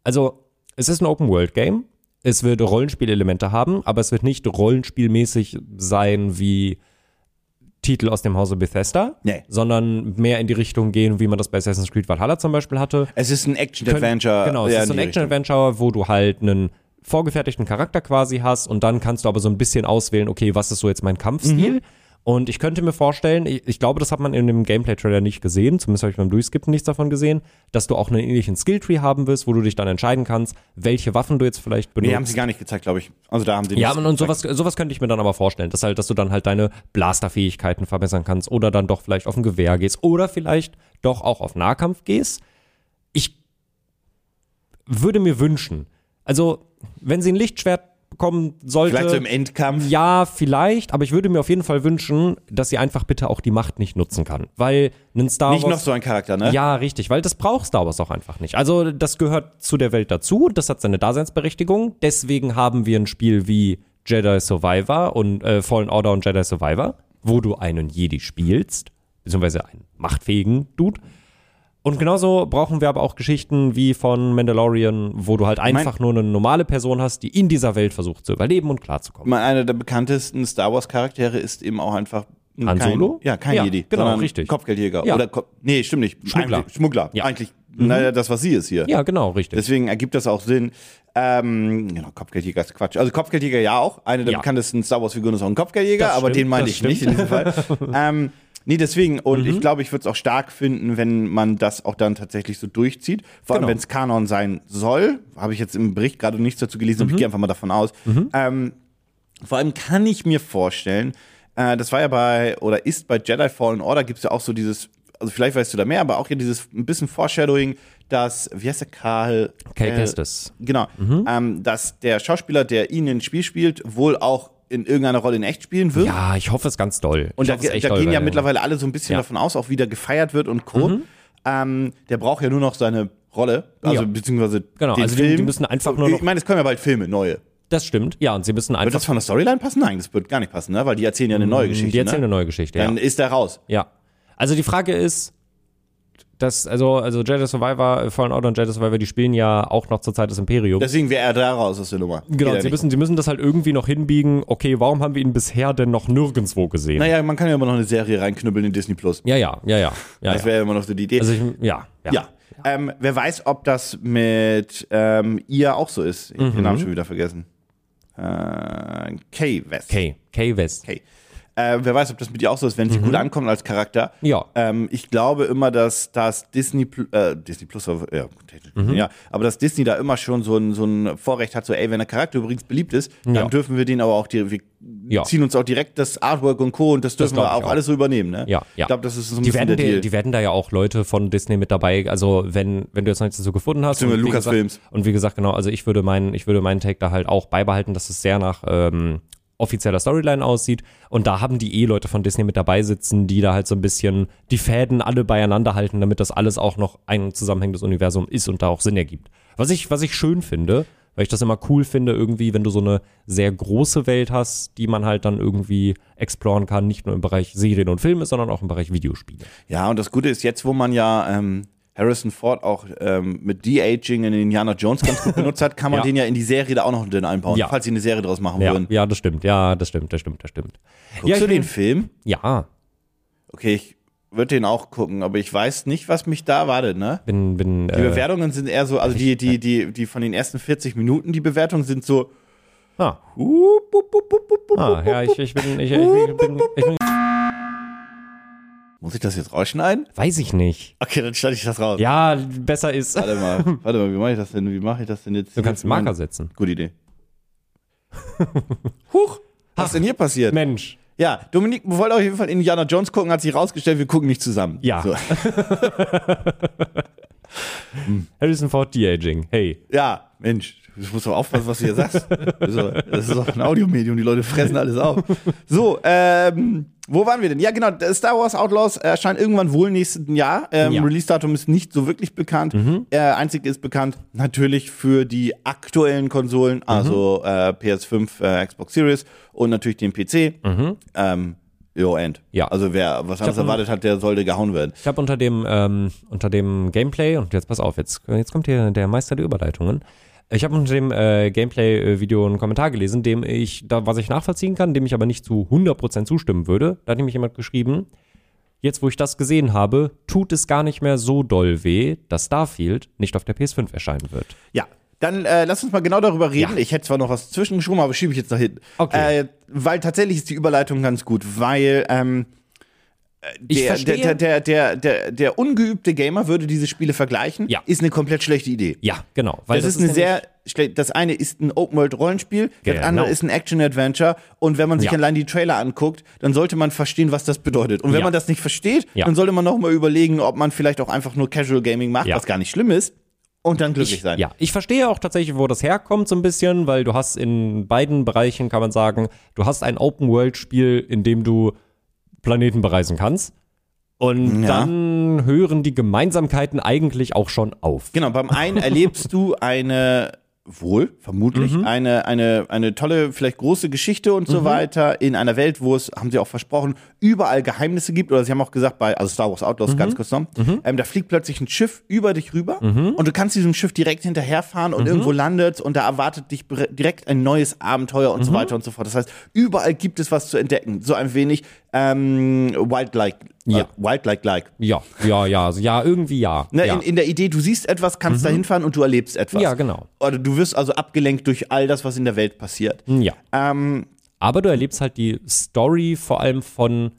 also es ist ein Open-World-Game. Es wird Rollenspielelemente haben, aber es wird nicht rollenspielmäßig sein wie Titel aus dem Hause Bethesda,
Nee.
sondern mehr in die Richtung gehen, wie man das bei Assassin's Creed Valhalla zum Beispiel hatte.
Es ist ein Action-Adventure.
Genau, es
ja,
ist so
in
ein
die Richtung.
Action-Adventure, wo du halt einen vorgefertigten Charakter quasi hast und dann kannst du aber so ein bisschen auswählen, okay, was ist so jetzt mein Kampfstil?
Mhm.
Und ich könnte mir vorstellen, ich, ich glaube, das hat man in dem Gameplay-Trailer nicht gesehen, zumindest habe ich beim Durchskippen nichts davon gesehen, dass du auch einen ähnlichen Skill-Tree haben wirst, wo du dich dann entscheiden kannst, welche Waffen du jetzt vielleicht benutzt.
Nee, haben sie gar nicht gezeigt, glaube ich. Also da haben sie
Ja,
nichts
und, und
gezeigt.
sowas, sowas könnte ich mir dann aber vorstellen, dass halt, dass du dann halt deine Blasterfähigkeiten verbessern kannst oder dann doch vielleicht auf ein Gewehr gehst oder vielleicht doch auch auf Nahkampf gehst. ich würde mir wünschen, also wenn sie ein Lichtschwert bekommen sollte.
Vielleicht so im Endkampf.
Ja, vielleicht, aber ich würde mir auf jeden Fall wünschen, dass sie einfach bitte auch die Macht nicht nutzen kann. Weil ein Star
Nicht
Wars.
noch so ein Charakter, ne?
ja, richtig, weil das braucht Star Wars auch einfach nicht. Also, das gehört zu der Welt dazu, das hat seine Daseinsberechtigung. Deswegen haben wir ein Spiel wie Jedi Survivor und äh, Fallen Order und Jedi Survivor, wo du einen Jedi spielst, beziehungsweise einen machtfähigen Dude. Und genauso brauchen wir aber auch Geschichten wie von Mandalorian, wo du halt einfach nur eine normale Person hast, die in dieser Welt versucht zu überleben und klarzukommen.
Mein, einer der bekanntesten Star Wars Charaktere ist eben auch einfach ein-
Han
kein,
Solo?
Ja, kein
Ja,
Jedi.
genau,
sondern
richtig.
Kopfgeldjäger.
Ja.
Oder Ko nee, stimmt nicht.
Schmuggler.
Eigentlich, Schmuggler.
Ja.
Eigentlich, naja, das, was sie ist hier.
Ja, genau, richtig.
Deswegen ergibt das auch Sinn. Ähm, genau, Kopfgeldjäger ist Quatsch. Also Kopfgeldjäger ja auch. Eine der
Ja.
bekanntesten Star Wars-Figuren ist auch ein Kopfgeldjäger,
Das
aber
stimmt, Mhm.
den meine
das
ich nicht in diesem Fall.
<laughs>
ähm, nee, deswegen. Und ich glaube, ich würde es auch stark finden, wenn man das auch dann tatsächlich so durchzieht. Vor allem,
Genau.
wenn es Kanon sein soll. Habe ich jetzt im Bericht gerade nichts dazu gelesen,
Mhm.
aber ich gehe einfach mal davon aus. Ähm, vor allem kann ich mir vorstellen, äh, das war ja bei, oder ist bei Jedi Fallen Order, gibt es ja auch so dieses, also vielleicht weißt du da mehr, aber auch hier dieses ein bisschen Foreshadowing, dass, wie heißt der Karl?
Cal
Äh,
Kestis.
Genau,
Mhm.
ähm, dass der Schauspieler, der ihn ins Spiel spielt, wohl auch in irgendeiner Rolle in echt spielen wird.
Ja, ich hoffe es ganz doll.
Und
ich
da,
hoffe es
da
echt
gehen
doll,
ja
weil-
mittlerweile alle so ein bisschen
Ja. Mhm.
davon aus, auch wie der gefeiert wird und Co. Ähm, der braucht ja nur noch seine Rolle, also
Ja.
beziehungsweise
Genau,
den
also die-
Film.
die müssen einfach nur noch-
Ich meine, es kommen ja bald Filme, neue.
Das stimmt, ja, und sie müssen
Wird
einfach.
das von der Storyline passen? Nein, das wird gar nicht passen, ne? weil die erzählen ja eine neue Geschichte.
Mm, Die erzählen
ne?
eine neue Geschichte, ja.
Dann ist er raus.
ja. Also die Frage ist, dass, also, also Jedi Survivor, äh, Fallen Order und Jedi Survivor, die spielen ja auch noch zur Zeit des Imperiums.
Deswegen wäre er da raus aus der Nummer.
genau,
Geht
sie
ja nicht.
müssen, sie müssen das halt irgendwie noch hinbiegen, okay, warum haben wir ihn bisher denn noch nirgendwo gesehen?
Naja, man kann ja immer noch eine Serie reinknüppeln in Disney Plus.
Ja, ja, ja, ja. ja,
Das
ja.
wäre ja immer noch so die Idee.
Also ich, ja, ja.
ja. Ähm, wer weiß, ob das mit ähm, ihr auch so ist. Ich
Mhm.
hab den Namen schon wieder vergessen. Äh, Kay West.
Kay, Kay West.
Kay. Äh, wer weiß, ob das mit ihr auch so ist, wenn sie gut ankommt als Charakter.
Mhm. Ja.
Ähm, ich glaube immer, dass das Disney, Pl- äh, Disney Plus, ja, technisch
Mhm.
gesehen, ja, aber dass Disney da immer schon so ein, so ein Vorrecht hat, so, ey, wenn der Charakter übrigens beliebt ist, dann
Ja.
dürfen wir den aber auch, die, wir
Ja.
ziehen uns auch direkt das Artwork und Co. und das dürfen
glaub
wir
ich
auch,
auch.
alles so übernehmen, ne?
Ja, ja.
Ich glaube, das ist so ein
Die
bisschen
werden,
der
die,
Deal.
die werden da ja auch Leute von Disney mit dabei. Also wenn, wenn du jetzt noch nichts dazu gefunden hast.
Beziehungsweise
und wie
Lucasfilms.
gesagt- Und wie gesagt, genau, also ich würde meinen, ich würde meinen Take da halt auch beibehalten, dass es sehr nach ähm, offizieller Storyline aussieht. Und da haben die eh Leute von Disney mit dabei sitzen, die da halt so ein bisschen die Fäden alle beieinander halten, damit das alles auch noch ein zusammenhängendes Universum ist und da auch Sinn ergibt. Was ich, was ich schön finde, weil ich das immer cool finde, irgendwie, wenn du so eine sehr große Welt hast, die man halt dann irgendwie exploren kann, nicht nur im Bereich Serien und Filme, sondern auch im Bereich Videospiele.
Ja, und das Gute ist, jetzt, wo man ja ähm, Harrison Ford auch ähm, mit De-Aging in Indiana Jones ganz
<laughs>
gut benutzt hat, kann man
Ja.
den ja in die Serie da auch noch drin einbauen,
Ja.
falls sie eine Serie draus machen
Ja,
würden.
ja, das stimmt, ja, das stimmt, das stimmt, das stimmt.
Guckst
ja, ich
du den
bin-
Film?
Ja,
Okay, ich würde den auch gucken, aber ich weiß nicht, was mich da wartet, ne?
bin, bin,
Die
äh,
Bewertungen sind eher so, also die, die, die, die von den ersten 40 Minuten, die Bewertungen sind so.
ah,
uh, bup, bup, bup, bup, bup,
ah,
bup,
ja,
bup.
ich, ich bin, ich, ich, ich bin, ich bin,
Muss ich das jetzt rausschneiden?
weiß ich nicht.
Okay, dann schneide ich das raus.
Ja, besser ist. Du
Warte mal, warte mal, wie mache ich das denn? Wie mache ich das denn jetzt? Du
kannst einen Marker setzen.
Gute Idee. Huch! Was ist denn hier passiert?
Mensch,
Ja, Dominik wollte auf jeden Fall Indiana Jones gucken, hat sich rausgestellt, wir gucken nicht zusammen.
Ja.
So.
Harrison Ford De-Aging, hey.
Ja, Mensch, du musst doch aufpassen, was du hier sagst. Also, das ist doch ein Audiomedium, die Leute fressen alles auf. So, ähm, wo waren wir denn? Ja, genau, der Star Wars Outlaws erscheint irgendwann wohl nächsten Jahr. Ähm,
Ja. Mhm.
Release-Datum ist nicht so wirklich bekannt. Äh, einzig ist bekannt natürlich für die aktuellen
Mhm.
Konsolen, also äh, PS5, äh, Xbox Series und natürlich den PC. Ähm, jo, end.
Mhm. Ja.
Also wer was anderes
hab-
erwartet hat, der sollte gehauen werden.
Ich habe unter dem, ähm, unter dem Gameplay, und jetzt pass auf, jetzt, jetzt kommt hier der Meister der Überleitungen. Ich habe unter dem äh, Gameplay-Video einen Kommentar gelesen, dem ich, da, was ich nachvollziehen kann, dem ich aber nicht zu 100% zustimmen würde. Da hat nämlich jemand geschrieben, jetzt wo ich das gesehen habe, tut es gar nicht mehr so doll weh, dass Starfield nicht auf der PS5 erscheinen wird.
Ja, dann äh, lass uns mal genau darüber reden.
Ja.
Ich hätte zwar noch was zwischengeschoben, aber schiebe ich jetzt nach hinten.
Okay.
Äh, weil tatsächlich ist die Überleitung ganz gut, weil ähm,
Ich
der,
verstehe-
der, der, der, der, der ungeübte Gamer würde diese Spiele vergleichen,
Ja.
ist eine komplett schlechte Idee.
Ja, genau. Weil
Das, ist eine
nämlich-
sehr schle- das eine ist ein Open World Rollenspiel, das
Genau.
andere ist ein Action Adventure und wenn man sich
Ja.
allein die Trailer anguckt, dann sollte man verstehen, was das bedeutet. Und wenn
Ja.
man das nicht versteht,
Ja.
dann sollte man noch mal überlegen, ob man vielleicht auch einfach nur Casual Gaming macht,
Ja.
was gar nicht schlimm ist und dann glücklich sein.
Ja, ich verstehe auch tatsächlich, wo das herkommt so ein bisschen, weil du hast in beiden Bereichen, kann man sagen, du hast ein Open-World-Spiel, in dem du Planeten bereisen kannst. Und
Ja.
dann hören die Gemeinsamkeiten eigentlich auch schon auf.
Genau, beim einen erlebst du eine wohl vermutlich
Mhm.
eine eine eine tolle vielleicht große Geschichte und so weiter in einer Welt, wo es haben sie auch versprochen, überall Geheimnisse gibt oder sie haben auch gesagt bei also Star Wars Outlaws
Mhm.
ganz kurz noch, ähm, da fliegt plötzlich ein Schiff über dich rüber und du kannst diesem Schiff direkt hinterherfahren
Mhm.
und irgendwo landet und da erwartet dich bre- direkt ein neues Abenteuer
Mhm.
und so weiter und so fort. Das heißt, überall gibt es was zu entdecken, so ein wenig ähm, wild like
Ja.
äh, wild like like.
Ja, ja, ja, also ja, irgendwie ja.
Ne,
ja. Mhm.
in, in der Idee, du siehst etwas, kannst dahin fahren und du erlebst etwas.
Ja, genau.
Oder du wirst also abgelenkt durch all das, was in der Welt passiert.
Hm, ja.
Ähm,
Aber du erlebst halt die Story vor allem von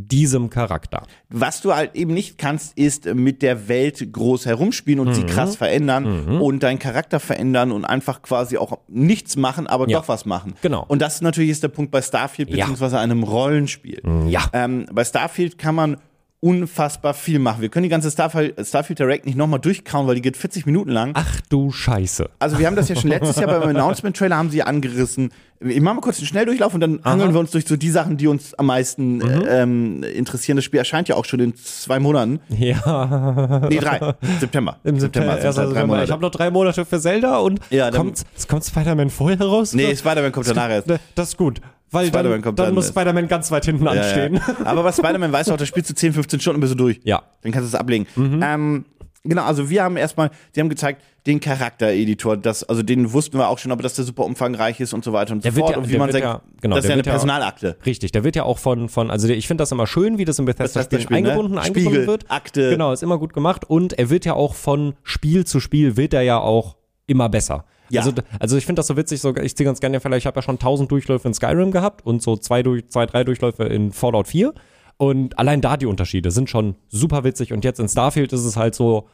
diesem Charakter.
was du halt eben nicht kannst, ist mit der Welt groß herumspielen und sie
Mhm.
krass verändern und deinen Charakter verändern und einfach quasi auch nichts machen, aber
Ja.
doch was machen.
Genau.
Und das natürlich ist der Punkt bei Starfield
Ja. Mhm.
beziehungsweise einem Rollenspiel.
Ja.
Ähm, bei Starfield kann man unfassbar viel machen. Wir können die ganze Starfield, Starfield Direct nicht nochmal durchkauen, weil die geht 40 Minuten lang.
Ach du Scheiße.
Also wir haben das ja schon letztes Jahr beim Announcement-Trailer haben sie ja angerissen. Ich mache mal kurz einen Schnelldurchlauf und dann hangeln wir uns durch so die Sachen, die uns am meisten
Mhm.
äh, ähm, interessieren. Das Spiel erscheint ja auch schon in zwei Monaten.
Ja.
Nee, drei. September.
<laughs> Im September.
sind halt
erst also
drei
September.
Monate.
Ich habe noch drei Monate für Zelda und
Ja, dann-
kommt, kommt Spider-Man vorher raus?
nee, Spider-Man kommt danach
<laughs>
erst.
Ne, Das ist gut. Weil
Spider-Man
dann, dann,
kommt dann
muss
erst.
Spider-Man ganz weit hinten
Ja,
anstehen.
ja. Aber bei Spider-Man weißt du auch, das spielst du 10, 15 Stunden und bist du durch.
Ja. Mhm.
Dann kannst du es ablegen. Ähm, genau, also wir haben erstmal, die haben gezeigt, den Charaktereditor, das, also den wussten wir auch schon, aber dass der super umfangreich ist und so weiter und so
wird
fort.
ja-
und
der
man
wird ja- genau,
das ist
der
ja eine
wird ja auch-
Personalakte.
Richtig, der wird ja auch von, von also der- ich finde das immer schön, wie das in Bethesda-Spielen
Bethesda-Spiel, ne?
eingebunden, eingebunden
Spiegel,
wird.
Akte.
Genau, ist immer gut gemacht und er wird ja auch von Spiel zu Spiel wird er ja auch immer besser.
Ja.
Also, d- also ich finde das so witzig, so, ich ziehe ganz gerne den Vergleich, ich habe ja schon 1000 Durchläufe in Skyrim gehabt und so zwei, durch, zwei, drei Durchläufe in Fallout 4 und allein da die Unterschiede sind schon super witzig und jetzt in Starfield ist es halt so,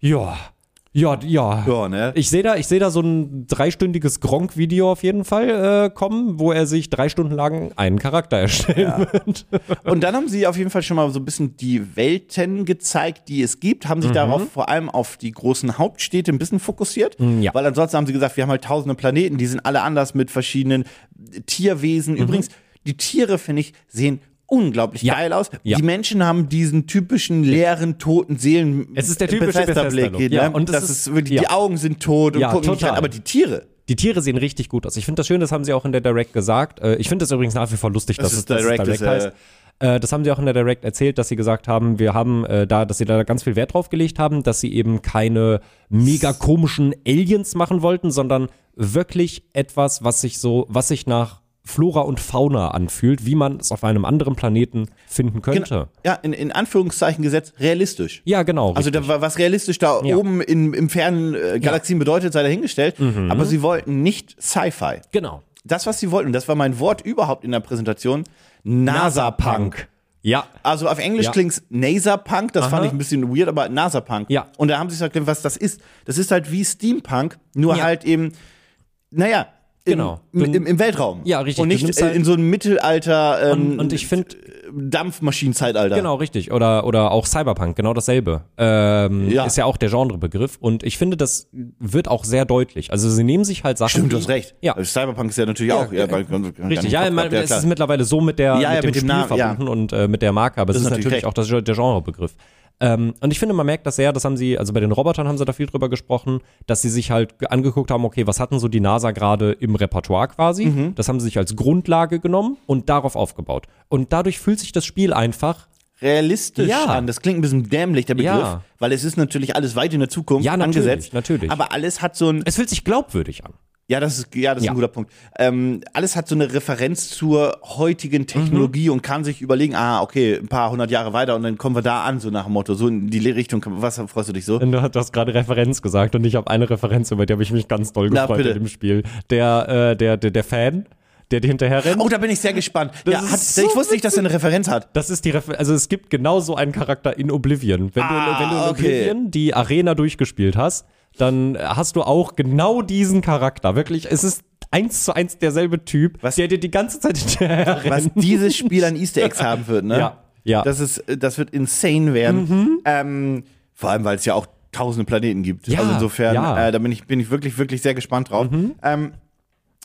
ja, ja, ja.
Ja, ne?
Ich sehe da, ich seh da so ein dreistündiges Gronk-Video auf jeden Fall äh, kommen, wo er sich drei Stunden lang einen Charakter erstellen wird.
Und dann haben sie auf jeden Fall schon mal so ein bisschen die Welten gezeigt, die es gibt, haben
Mhm.
sich darauf vor allem auf die großen Hauptstädte ein bisschen fokussiert,
Mm, ja.
weil ansonsten haben sie gesagt, wir haben halt tausende Planeten, die sind alle anders mit verschiedenen Tierwesen. Übrigens, die Tiere, finde ich, sehen unglaublich
Mhm. Ja.
geil aus.
Ja.
Die Menschen haben diesen typischen leeren, toten Seelen.
Es ist der typische
Bethesda-Blick,
Bethesda-Look. Ja,
ne?
und es
das
ist-
ist wirklich, die
ja.
Augen sind tot und
Ja,
gucken nicht
total.
rein, aber die Tiere.
Die Tiere sehen richtig gut aus. Ich finde das schön, das haben sie auch in der Direct gesagt. Äh, ich finde das übrigens nach wie vor lustig, dass
ist
es dass es
Direct,
Direct
ist, äh,
heißt. Äh, das haben sie auch in der Direct erzählt, dass sie gesagt haben, wir haben äh, da, dass sie da ganz viel Wert drauf gelegt haben, dass sie eben keine mega komischen Aliens machen wollten, sondern wirklich etwas, was sich so, was sich nach Flora und Fauna anfühlt, wie man es auf einem anderen Planeten finden könnte.
Ja, in, in Anführungszeichen gesetzt, realistisch.
Ja, genau.
Also da, wa- was realistisch da
Ja.
oben in, im fernen äh, Galaxien bedeutet, sei dahingestellt.
Mhm.
Aber sie wollten nicht Sci-Fi.
genau.
Das, was sie wollten, und das war mein Wort überhaupt in der Präsentation, NASA-Punk.
Ja.
Also auf Englisch
Ja.
klingt's NASA-Punk, das fand
Aha.
ich ein bisschen weird, aber NASA-Punk.
Ja.
Und da haben sie sich erklärt, was das ist. Das ist halt wie Steampunk, nur
Ja.
halt eben, naja, im,
Genau. Du-
im, im Weltraum.
Ja, richtig.
Und
Du
nicht
nimmst
äh,
halt-
in so einem Mittelalter ähm,
Und ich finde,
Dampfmaschinenzeitalter.
Genau, richtig. Oder, oder auch Cyberpunk, genau dasselbe. Ähm,
Ja.
Ist ja auch der Genrebegriff. Und ich finde, das wird auch sehr deutlich. Also sie nehmen sich halt Sachen.
Stimmt, du
die-
hast recht.
Ja.
Also Cyberpunk ist ja natürlich auch. Ja, weil- kann- kann
Richtig,
ich
ja,
nicht
man,
glauben, ja,
es
klar.
ist mittlerweile so mit der
ja,
mit dem
mit dem
Spiel
Namen, ja.
verbunden und äh, mit der Marke, aber es ist,
ist
natürlich,
natürlich
auch das, Gen- der Genrebegriff. Ähm, und ich finde, man merkt das sehr, das haben sie, also bei den Robotern haben sie da viel drüber gesprochen, dass sie sich halt ge- angeguckt haben, okay, was hatten so die NASA gerade im Repertoire quasi? Das haben sie sich als Grundlage genommen und darauf aufgebaut. Und dadurch fühlt sich das Spiel einfach
realistisch
Ja.
an. Das klingt ein bisschen dämlich, der Begriff,
Ja.
weil es ist natürlich alles weit in der Zukunft
Ja, natürlich,
angesetzt.
natürlich.
Aber alles hat so ein,
Es fühlt sich glaubwürdig an.
ja, das ist, ja, das ist
Ja.
ein guter Punkt. Ähm, alles hat so eine Referenz zur
Mhm.
heutigen Technologie und kann sich überlegen, ah, okay, ein paar hundert Jahre weiter und dann kommen wir da an, so nach dem Motto, so in die Richtung, was freust du dich so?
Du hast- du hast gerade Referenz gesagt und ich habe eine Referenz, über die habe ich mich ganz doll
Na,
gefreut
bitte.
in dem Spiel. Der, äh, der, der, der Fan, der dir hinterher rennt.
Oh, da bin ich sehr gespannt.
Das
Ja,
ist
hat,
so
ich wusste nicht, dass er eine Referenz hat.
Das ist die Refer also es gibt genau so einen Charakter in Oblivion. Wenn
Ah,
du, wenn du in
okay.
Oblivion die Arena durchgespielt hast, dann hast du auch genau diesen Charakter. Wirklich, es ist eins zu eins derselbe Typ,
Was-
der dir die ganze Zeit hinterher rennt.
was dieses Spiel an Easter Eggs haben wird, ne?
Ja, ja. Mhm.
Das, ist, das wird insane werden. Ähm, vor allem, weil es ja auch tausende Planeten gibt.
Ja,
also insofern,
ja. Mhm.
äh, da bin ich, bin ich wirklich, wirklich sehr gespannt drauf. Ähm,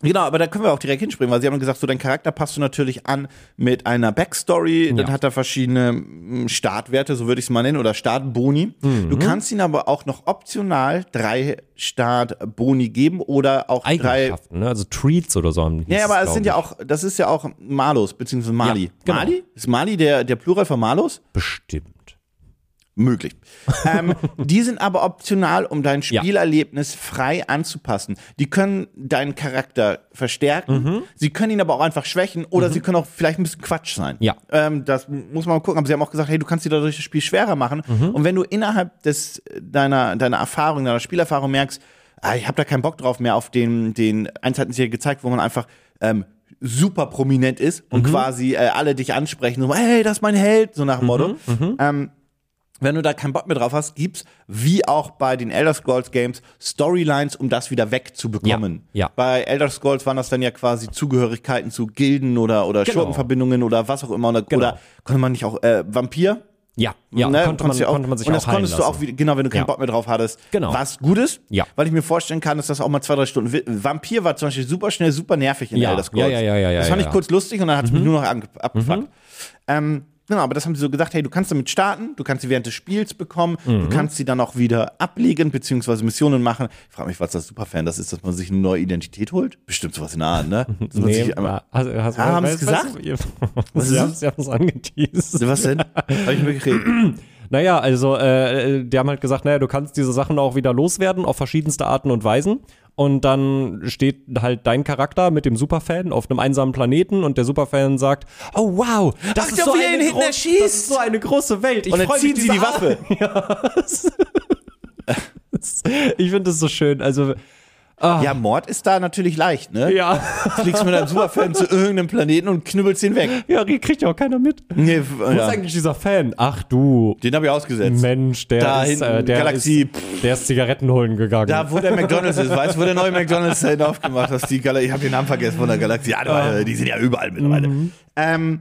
Genau, aber da können wir auch direkt hinspringen, weil sie haben gesagt, so dein Charakter passt du natürlich an mit einer Backstory, dann
Ja.
hat er verschiedene mm, Startwerte, so würde ich es mal nennen, oder Startboni.
Mhm.
Du kannst ihn aber auch noch optional drei Startboni geben oder auch drei
Eigenschaften, ne? also Treats oder so. haben die
ja,
hieß
aber es
glaub
sind
ich.
ja auch, das ist ja auch Malus, beziehungsweise Mali.
Ja, genau.
Mali? Ist Mali der, der Plural von Malus?
bestimmt.
Möglich. ähm, die sind aber optional, um dein Spielerlebnis frei anzupassen. Die können deinen Charakter verstärken, sie können ihn aber auch einfach schwächen oder sie können auch vielleicht ein bisschen Quatsch sein.
Ja.
Ähm, das muss man mal gucken. Aber sie haben auch gesagt, hey, du kannst dir dadurch das Spiel schwerer machen. Und wenn du innerhalb des, deiner, deiner Erfahrung, deiner Spielerfahrung merkst, ah, ich habe da keinen Bock drauf mehr auf den, den eins hatten sie ja gezeigt, wo man einfach ähm, super prominent ist und quasi äh, alle dich ansprechen, so, hey, das ist mein Held, so nach dem Motto. Ähm, wenn du da keinen Bock mehr drauf hast, gibt's, wie auch bei den Elder Scrolls Games, Storylines, um das wieder wegzubekommen.
Ja, ja.
Bei Elder Scrolls waren das dann ja quasi Zugehörigkeiten zu Gilden oder, oder
Genau.
Schurkenverbindungen oder was auch immer. Oder, oder konnte man nicht auch äh, Vampir?
Ja, ja
ne?
konnte, man,
Konntest du auch-
konnte man sich
Und
auch
das
heilen
konntest
lassen.
du auch wieder, genau, wenn du keinen
Ja.
Bock mehr drauf hattest.
Genau.
Was Gutes,
Ja.
weil ich mir vorstellen kann, dass das auch mal zwei, drei Stunden. wi- Vampir war zum Beispiel super schnell, super nervig in
Ja,
Elder Scrolls.
ja, ja, ja, ja,
das fand ich
ja, ja. Mhm.
kurz lustig und dann hat es mich nur noch ange- abgefuckt. Ähm, genau, aber das haben sie so gesagt, hey, du kannst damit starten, du kannst sie während des Spiels bekommen,
Mhm.
du kannst sie dann auch wieder ablegen, beziehungsweise Missionen machen. Ich frage mich, was das Superfan das ist, dass man sich eine neue Identität holt? Bestimmt sowas in der Art,
<laughs>
ne? Dass man
Nee, äh,
sich einmal-
hast, hast,
Ah, haben
weißt-
sie
weißt du-
ist
<laughs> Sie haben sie haben es angeteased.
was
<laughs>
denn? Hab ich mir gekriegt.
Naja, also äh, die haben halt gesagt, naja, du kannst diese Sachen auch wieder loswerden auf verschiedenste Arten und Weisen. Und dann steht halt dein Charakter mit dem Superfan auf einem einsamen Planeten und der Superfan sagt, oh wow, das,
Ach,
ist,
der
so
will ihn
eine
hinten
gro- das
erschießt.
ist so eine große Welt. Ich
Und dann
freu mich,
ziehen sie die
diese Ar-
Waffe.
Ich finde das so schön. Also,
Ja, Mord ist da natürlich leicht, ne?
ja,
fliegst mit deinem Superfan zu irgendeinem Planeten und knüppelst ihn weg.
<laughs> ja kriegt ja auch keiner mit.
Nee, f-
Wo ist
ja.
eigentlich dieser Fan? Ach du,
Den habe ich ausgesetzt.
Mensch, der
Da
ist, äh,
hinten,
der,
Galaxie,
ist, der ist Zigaretten holen gegangen.
Da, wo der McDonalds ist, weißt du, wo der neue McDonalds da hinten aufgemacht hat, die Galaxie, ich habe den Namen vergessen von der Galaxie, ja, die- die sind ja überall mittlerweile.
Mhm.
Ähm,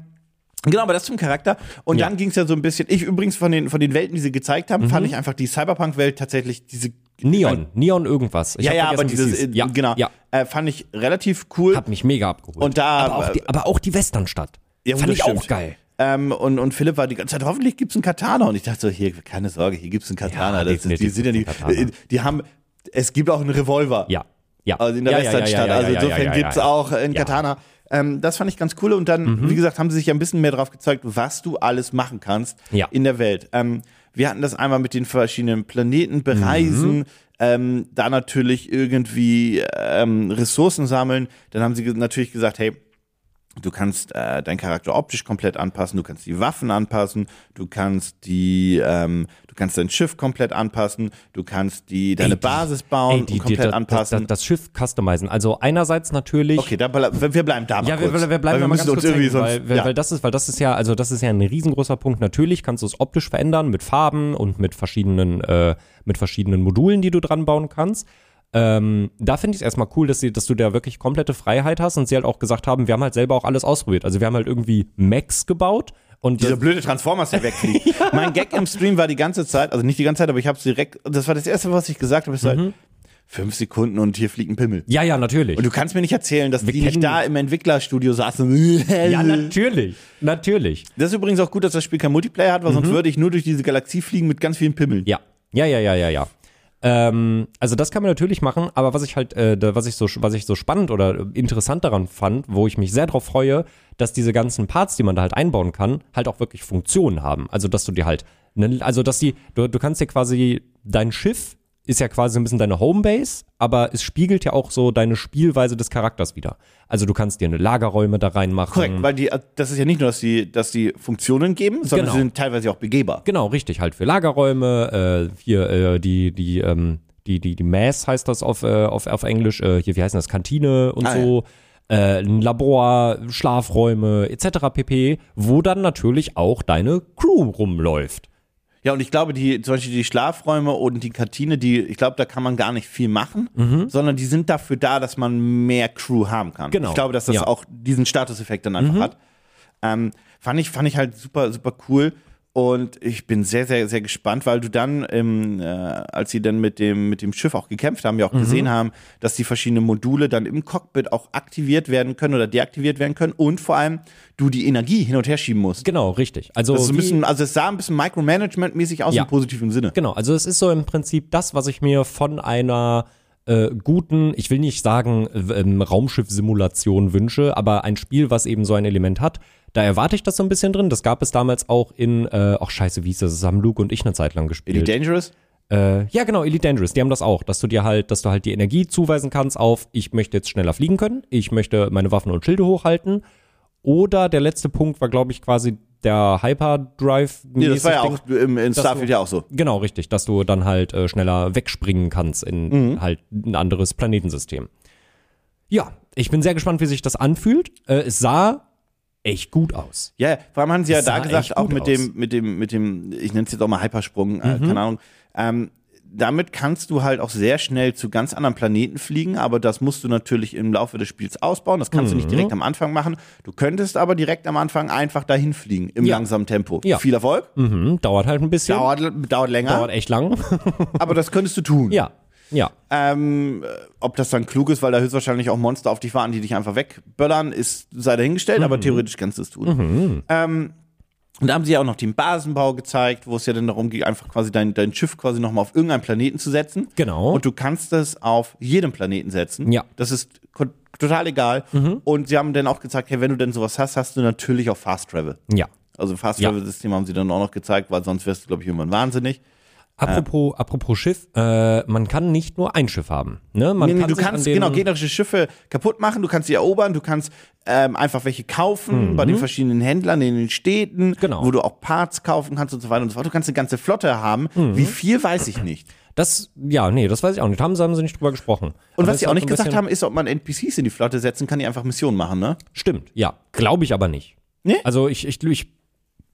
genau, aber das zum Charakter. Und dann ging es ja so ein bisschen, ich übrigens von den, von den Welten, die sie gezeigt haben, fand ich einfach die Cyberpunk-Welt tatsächlich diese.
Mhm. Neon, Neon irgendwas. Ich
Ja,
hab
ja,
vergessen,
aber
wie es
dieses,
hieß.
äh, genau,
Ja,
Äh, fand ich relativ cool.
hat mich mega abgeholt.
Und da- äh,
aber auch die, aber auch die Westernstadt.
Ja, gut,
Fand
das
ich
stimmt.
auch geil.
Ähm, und, und Philipp war die ganze Zeit, hoffentlich gibt's einen Katana. Und ich dachte so, hier, keine Sorge, hier gibt's einen Katana.
Ja,
das ist, die
definitiv
sind ja
gibt's einen
die, die haben, es gibt auch einen Revolver.
Ja, ja.
Also in der
ja,
Westernstadt. also insofern gibt's auch einen
Ja. Mhm.
Katana. Ähm, das fand ich ganz cool. Und dann, wie gesagt, haben sie sich ja ein bisschen mehr drauf gezeigt, was du alles machen kannst
Ja.
in der Welt. Ähm, wir hatten das einmal mit den verschiedenen Planeten bereisen.
Mhm.
Ähm, da natürlich irgendwie ähm, Ressourcen sammeln. Dann haben sie ge- natürlich gesagt, hey, Du kannst äh, deinen Charakter optisch komplett anpassen, du kannst die Waffen anpassen, du kannst die, ähm, du kannst dein Schiff komplett anpassen, du kannst die deine
die-
Basis bauen
Ey, die,
und
die,
komplett
das,
anpassen.
Das, das Schiff customizen. Also einerseits natürlich.
okay, da, ble- wir- wir bleiben da mal
Ja, wir,
kurz,
wir wir
weil
bleiben
wir
wir mal ganz
müssen
kurz
uns irgendwie
hängen,
sonst,
weil, weil,
ja.
weil das ist, weil das ist ja, also das ist ja ein riesengroßer Punkt. Natürlich kannst du es optisch verändern mit Farben und mit verschiedenen, äh, mit verschiedenen Modulen, die du dran bauen kannst. Ähm, da finde ich es erstmal cool, dass, sie, dass du da wirklich komplette Freiheit hast und sie halt auch gesagt haben, wir haben halt selber auch alles ausprobiert. Also wir haben halt irgendwie Max gebaut und
dieser
das,
blöde Transformers, der
<laughs>
wegfliegt. Mein Gag im Stream war die ganze Zeit, also nicht die ganze Zeit, aber ich habe es direkt, das war das Erste, was ich gesagt habe, ist halt,
Mhm.
fünf Sekunden und hier fliegt ein Pimmel.
ja, ja, natürlich.
Und du kannst mir nicht erzählen, dass die nicht
kennen-
da im Entwicklerstudio saßen.
<laughs> ja, natürlich, natürlich.
Das ist übrigens auch gut, dass das Spiel kein Multiplayer hat, weil sonst würde ich nur durch diese Galaxie fliegen mit ganz vielen Pimmeln.
Mhm. Ja, ja, ja, ja, ja, ja. Ähm, also das kann man natürlich machen, aber was ich halt, äh, da, was ich so, was ich so spannend oder äh, interessant daran fand, wo ich mich sehr darauf freue, dass diese ganzen Parts, die man da halt einbauen kann, halt auch wirklich Funktionen haben. Also dass du dir halt, ne, also dass die, du, du kannst dir quasi dein Schiff ist ja quasi ein bisschen deine Homebase, aber es spiegelt ja auch so deine Spielweise des Charakters wieder. Also du kannst dir eine Lagerräume da reinmachen.
Korrekt, weil die, das ist ja nicht nur, dass die, dass die Funktionen geben, sondern
Genau.
sie sind teilweise auch begehbar.
Genau, richtig, halt für Lagerräume, äh, hier äh, die, die, ähm, die, die, die Mass heißt das auf, äh, auf, auf Englisch, äh, hier, wie heißt das, Kantine und
Ah,
so. äh, ein Labor, Schlafräume etc. pp., wo dann natürlich auch deine Crew rumläuft.
Ja, und ich glaube, die, zum Beispiel die Schlafräume und die Kantine, die, ich glaube, da kann man gar nicht viel machen, sondern die sind dafür da, dass man mehr Crew haben kann.
Mhm. Genau.
Ich glaube, dass das
Ja. Mhm.
auch diesen Statuseffekt dann einfach hat. Ähm, fand, ich, fand ich halt super, super cool. Und ich bin sehr, sehr, sehr gespannt, weil du dann, ähm, äh, als sie dann mit dem, mit dem Schiff auch gekämpft haben, ja auch
Mhm.
gesehen haben, dass die verschiedenen Module dann im Cockpit auch aktiviert werden können oder deaktiviert werden können und vor allem du die Energie hin und her schieben musst.
Genau, richtig. Also,
Das ist ein
wie-
bisschen, also es sah ein bisschen Micromanagement-mäßig aus
Ja.
im positiven Sinne.
Genau, also es ist so im Prinzip das, was ich mir von einer äh, guten, ich will nicht sagen äh, ähm, Raumschiff-Simulation wünsche, aber ein Spiel, was eben so ein Element hat, da erwarte ich das so ein bisschen drin. Das gab es damals auch in, äh, ach scheiße, wie hieß das? Das haben Luke und ich eine Zeit lang gespielt.
Elite Dangerous?
Äh, ja, genau, Elite Dangerous, die haben das auch, dass du dir halt, dass du halt die Energie zuweisen kannst auf, ich möchte jetzt schneller fliegen können, ich möchte meine Waffen und Schilde hochhalten. Oder der letzte Punkt war, glaube ich, quasi der Hyperdrive.
Nee, das war ja auch im, in Starfield
du-
ja auch so.
Genau, richtig, dass du dann halt äh, schneller wegspringen kannst in
Mhm.
halt ein anderes Planetensystem. Ja, ich bin sehr gespannt, wie sich das anfühlt. Äh, es sah echt gut aus.
Ja, vor allem haben sie ja
Das
da
sah echt
gesagt, auch
gut
mit
aus. Mhm.
dem, mit dem, mit dem, ich nenne es jetzt auch mal Hypersprung, äh, keine Ahnung. Ähm, damit kannst du halt auch sehr schnell zu ganz anderen Planeten fliegen, aber das musst du natürlich im Laufe des Spiels ausbauen. Das kannst du
Mhm.
nicht direkt am Anfang machen. Du könntest aber direkt am Anfang einfach dahin fliegen, im
Ja.
langsamen Tempo.
Ja.
Viel Erfolg,
Mhm, dauert halt ein bisschen.
dauert, ne? dauert länger,
dauert echt lang. <laughs>
aber das könntest du tun.
ja, ja.
Ähm, äh, ob das dann klug ist, weil da höchstwahrscheinlich auch Monster auf dich warten, die dich einfach wegböllern, ist, sei dahingestellt,
Mhm.
aber theoretisch kannst du es tun. Ähm, und da haben sie ja auch noch den Basenbau gezeigt, wo es ja dann darum ging, einfach quasi dein, dein Schiff quasi nochmal auf irgendeinen Planeten zu setzen.
Genau.
Und du kannst das auf jedem Planeten setzen.
Ja. Mhm.
Das ist ko- total egal. Und sie haben dann auch gezeigt, hey, wenn du denn sowas hast, hast du natürlich auch Fast Travel.
Ja.
Also Fast
Ja.
Travel-System haben sie dann auch noch gezeigt, weil sonst wärst du, glaube ich, irgendwann wahnsinnig.
Apropos, apropos Schiff, äh, man kann nicht nur ein Schiff haben. Ne? Man
Nee, nee,
kann
du
sich
kannst
an den,
genau gegnerische Schiffe kaputt machen, du kannst sie erobern, du kannst ähm, einfach welche kaufen bei den verschiedenen Händlern in den Städten,
Mhm. Genau.
wo du auch Parts kaufen kannst und so weiter und so fort. Du kannst eine ganze Flotte haben.
Mhm.
Wie viel weiß ich nicht.
Das, ja, nee, das weiß ich auch nicht. Haben sie, haben sie nicht drüber gesprochen.
Und
Aber
was
es
sie
hat
auch
so
nicht
ein
gesagt
bisschen-
haben, ist, ob man NPCs in die Flotte setzen kann, die einfach Missionen machen, ne?
Stimmt, ja. Glaube ich aber nicht.
Nee?
Also ich, ich, ich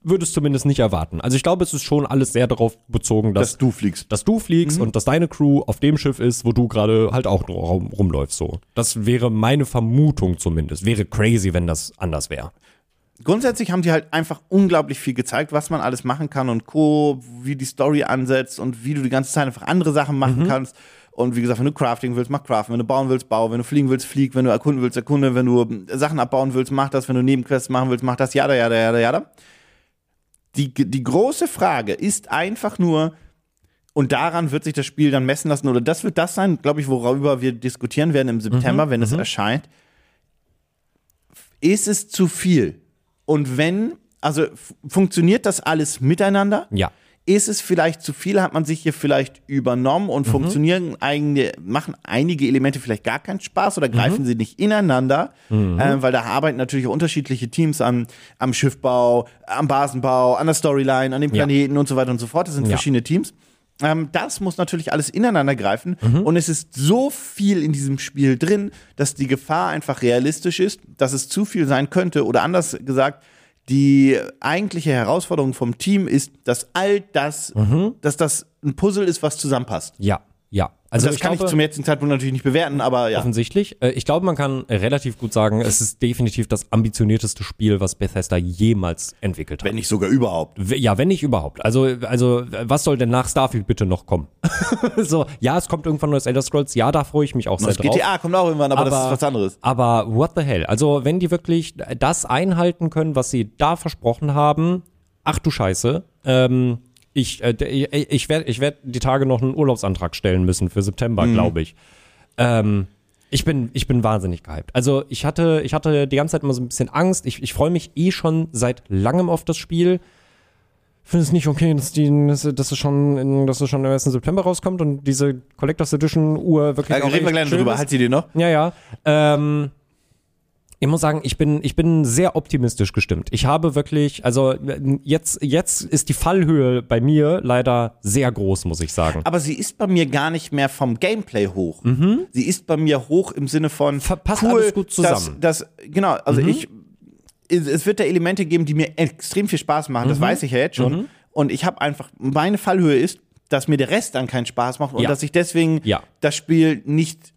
würde es zumindest nicht erwarten. Also ich glaube, es ist schon alles sehr darauf bezogen, dass,
Dass du fliegst.
dass du fliegst
Mhm.
und dass deine Crew auf dem Schiff ist, wo du gerade halt auch nur rum, rumläufst. So. Das wäre meine Vermutung zumindest. Wäre crazy, wenn das anders wäre.
Grundsätzlich haben die halt einfach unglaublich viel gezeigt, was man alles machen kann und Co., wie die Story ansetzt und wie du die ganze Zeit einfach andere Sachen machen kannst. Und wie gesagt, wenn du Crafting willst, mach Craften. Wenn du bauen willst, bau. Wenn du fliegen willst, flieg. Wenn du erkunden willst, erkunde. Wenn du äh, Sachen abbauen willst, mach das. Wenn du Nebenquests machen willst, mach das. Jada, jada, jada, jada. Die, die große Frage ist einfach nur, und daran wird sich das Spiel dann messen lassen, oder das wird das sein, glaube ich, worüber wir diskutieren werden im September, wenn es erscheint ist es zu viel? Und wenn, also f- funktioniert das alles miteinander?
Ja.
Ist es vielleicht zu viel? Hat man sich hier vielleicht übernommen und
Mhm.
funktionieren eigene, machen einige Elemente vielleicht gar keinen Spaß oder
Mhm.
greifen sie nicht ineinander? Äh, weil da arbeiten natürlich auch unterschiedliche Teams an, am Schiffbau, am Basenbau, an der Storyline, an den
Ja.
Planeten und so weiter und so fort. Das sind
Ja.
verschiedene Teams. Ähm, das muss natürlich alles ineinander greifen.
Mhm.
Und es ist so viel in diesem Spiel drin, dass die Gefahr einfach realistisch ist, dass es zu viel sein könnte. Oder anders gesagt, die eigentliche Herausforderung vom Team ist, dass all das, dass das ein Puzzle ist, was zusammenpasst.
Ja, ja. Mhm. Also
Also das
ich
kann
glaube,
ich zum jetzigen Zeitpunkt natürlich nicht bewerten, aber ja.
offensichtlich. Äh, Ich glaube, man kann relativ gut sagen, es ist definitiv das ambitionierteste Spiel, was Bethesda jemals entwickelt hat.
Wenn nicht sogar überhaupt.
W- Ja, wenn nicht überhaupt. Also, also was soll denn nach Starfield bitte noch kommen? <laughs> so, ja, es kommt irgendwann neues Elder Scrolls. Ja, da freue ich mich auch sehr
Das
halt drauf.
GTA kommt auch irgendwann, aber, das ist was anderes.
Aber what the hell? Also, wenn die wirklich das einhalten können, was sie da versprochen haben, ach du Scheiße, ähm, ich, äh, d- ich, ich werde ich werd die Tage noch einen Urlaubsantrag stellen müssen für September,
Mhm.
glaube ich. Ähm, ich bin, ich bin wahnsinnig gehypt. Also ich hatte, ich hatte die ganze Zeit immer so ein bisschen Angst. Ich, ich freue mich eh schon seit langem auf das Spiel. Finde es nicht okay, dass, die, dass, dass, es schon in, dass es schon am 1. September rauskommt und diese Collectors Edition Uhr wirklich
Da
auch
Äh, reden wir
echt
gleich Halt noch
schön
drüber.
ist.
Halt sie dir noch?
Ja, ja. Ähm, ich muss sagen, ich bin, ich bin sehr optimistisch gestimmt. Ich habe wirklich, also jetzt, jetzt ist die Fallhöhe bei mir leider sehr groß, muss ich sagen.
Aber sie ist bei mir gar nicht mehr vom Gameplay hoch. Sie ist bei mir hoch im Sinne von
Verpasst
cool,
Mhm. alles gut zusammen. Mhm.
Dass, dass, genau, also ich es- es wird da Elemente geben, die mir extrem viel Spaß machen,
Mhm.
das weiß ich ja jetzt schon. Und ich habe einfach, meine Fallhöhe ist, dass mir der Rest dann keinen Spaß macht und
Ja.
dass ich deswegen
Ja. Mhm.
das Spiel nicht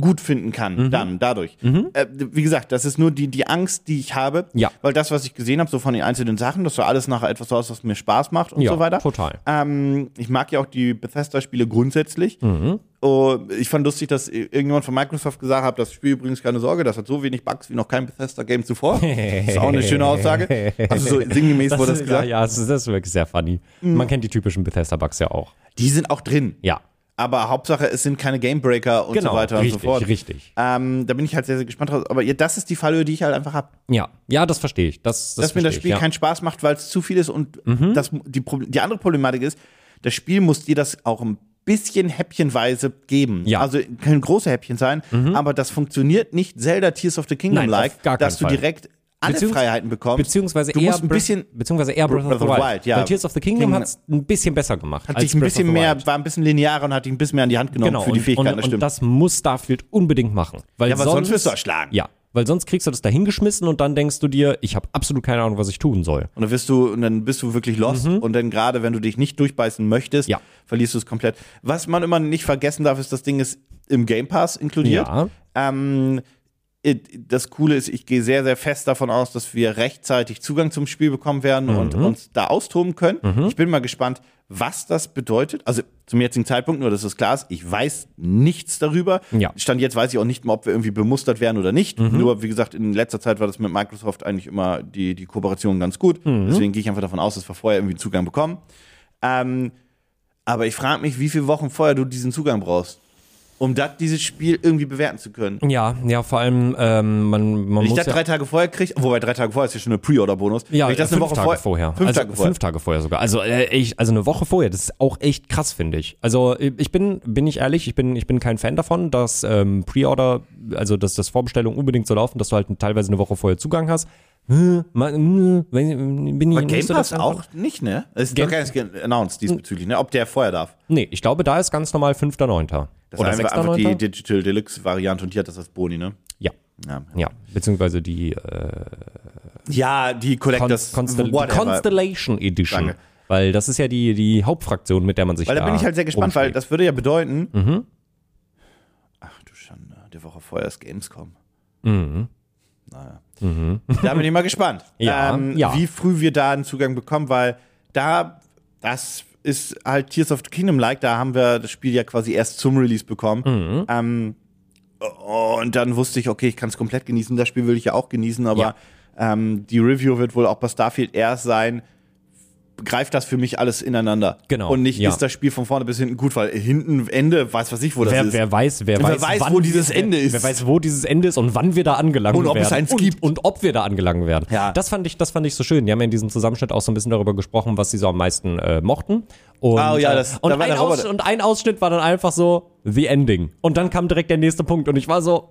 gut finden kann, dann dadurch. Äh, wie gesagt, das ist nur die, die Angst, die ich habe,
Ja.
weil das, was ich gesehen habe, so von den einzelnen Sachen, das sah alles nach etwas so aus, was mir Spaß macht und
Ja,
so weiter.
total.
Ähm, ich mag ja auch die Bethesda-Spiele grundsätzlich.
Mhm.
Oh, ich fand lustig, dass irgendjemand von Microsoft gesagt hat, das Spiel übrigens keine Sorge, das hat so wenig Bugs wie noch kein Bethesda-Game zuvor.
<laughs>
Das ist auch eine schöne Aussage. Also so sinngemäß wurde das gesagt. Mhm.
Ja, ja, das ist, das ist wirklich sehr funny. Man kennt die typischen Bethesda-Bugs ja auch.
Die sind auch drin.
Ja,
Aber Hauptsache, es sind keine Gamebreaker und
genau.
so weiter
richtig,
und so fort.
richtig.
Ähm, da bin ich halt sehr, sehr gespannt drauf. Aber ja, das ist die Fallhöhe, die ich halt einfach habe.
Ja, ja, das verstehe ich. Das, das
Dass mir das
verstehe
Spiel
ich, ja. Mhm.
keinen Spaß macht, weil es zu viel ist. Und das, die, Pro- die andere Problematik ist, das Spiel muss dir das auch ein bisschen häppchenweise geben.
Ja. Mhm.
Also können große Häppchen sein, aber das funktioniert nicht Zelda Tears of the
Nein,
Kingdom-like,
auf gar keinen
dass du
Fall.
direkt alle
Beziehungs-
Freiheiten bekommst.
Beziehungsweise
du
eher
musst ein
Breath-
bisschen,
beziehungsweise eher Breath of the Wild.
ja.
Weil Tears of the Kingdom
Kingdom-
hat es ein bisschen besser gemacht.
hat dich ein bisschen mehr, war ein bisschen linearer und hat dich ein bisschen mehr an die Hand genommen
genau,
für die
und,
Fähigkeiten.
und,
das
und
stimmt.
das muss Starfield unbedingt machen. Weil
ja, aber sonst wirst du erschlagen.
Ja, weil sonst kriegst du das dahingeschmissen und dann denkst du dir, ich habe absolut keine Ahnung, was ich tun soll.
Und dann wirst du, und dann bist du wirklich lost. Und dann gerade, wenn du dich nicht durchbeißen möchtest,
Mhm. Ja.
verlierst du es komplett. Was man immer nicht vergessen darf, ist, das Ding ist im Game Pass inkludiert.
Ja.
Ähm, it- das Coole ist, ich gehe sehr, sehr fest davon aus, dass wir rechtzeitig Zugang zum Spiel bekommen werden und uns da austoben können. Ich bin mal gespannt, was das bedeutet. Also zum jetzigen Zeitpunkt, nur dass das klar ist, ich weiß nichts darüber.
Ja.
Stand jetzt weiß ich auch nicht mal, ob wir irgendwie bemustert werden oder nicht. Nur, wie gesagt, in letzter Zeit war das mit Microsoft eigentlich immer die, die Kooperation ganz gut. Deswegen gehe ich einfach davon aus, dass wir vorher irgendwie Zugang bekommen. Ähm, aber ich frage mich, wie viele Wochen vorher du diesen Zugang brauchst, um das, dieses Spiel irgendwie bewerten zu können.
Ja, ja, vor allem, ähm, man, man
Wenn ich
muss
das
ja,
drei Tage vorher kriege, wobei drei Tage vorher ist ja schon eine Pre-Order-Bonus.
ja,
Wenn ich das
fünf
eine Woche
Tage
vorher-
vorher.
Fünf
also,
Tage vorher.
Fünf Tage vorher sogar. Also, äh, ich, also eine Woche vorher, das ist auch echt krass, finde ich. Also äh, ich bin, bin ich ehrlich, ich bin, ich bin kein Fan davon, dass ähm, Pre-Order, also dass das Vorbestellung unbedingt so laufen, dass du halt teilweise eine Woche vorher Zugang hast. Hm, ma- hm, wenn- bin ich
Aber Game
nicht so
Pass
der Fan von.
auch nicht, ne? Es ist
Game-
doch gar nicht ge- announced diesbezüglich, ne? Ob der vorher darf.
Nee, ich glaube, da ist ganz normal 5.9.
Das
Oder
ist einfach, einfach
6.9.
die Digital Deluxe-Variante und die hat das als Boni, ne?
ja.
Ja,
Ja, beziehungsweise die äh,
ja die
Con
Collectors.
Constel- die
whatever.
Constellation Edition.
Danke.
Weil das ist ja die, die Hauptfraktion, mit der man sich
Weil da
da Mhm.
bin ich halt sehr gespannt, weil
rumschlägt.
das würde ja bedeuten. Ach du Schande, die Woche vorher ist Gamescom. Mhm. Naja. Da bin ich mal gespannt,
Mhm.
Ähm,
<laughs> Ja, ja.
wie früh wir da einen Zugang bekommen, weil da, das ist halt Tears of the Kingdom-like, da haben wir das Spiel ja quasi erst zum Release bekommen.
Mhm.
Ähm, und dann wusste ich, okay, ich kann es komplett genießen, das Spiel will ich ja auch genießen, aber ähm, die Review wird wohl auch bei Starfield erst sein, greift das für mich alles ineinander.
Genau,
Und nicht,
ja.
ist das Spiel von vorne bis hinten gut, weil hinten, Ende, weiß was ich, wo das
Wer,
ist.
wer weiß, wer,
Wer
weiß,
weiß,
wann
wo dieses
wir-
Ende ist.
Wer weiß, wo dieses Ende ist und wann wir da angelangt
Und ob
werden.
es eins
und,
gibt.
und ob wir da angelangt werden.
Ja.
Das fand ich, das fand ich so schön. Die haben ja in diesem Zusammenschnitt auch so ein bisschen darüber gesprochen, was sie so am meisten äh, mochten. Und,
Ah, ja,
äh,
das-
und,
da war
ein
der Roboter.
Ausschnitt, und ein Ausschnitt war dann einfach so The Ending. Und dann kam direkt der nächste Punkt und ich war so,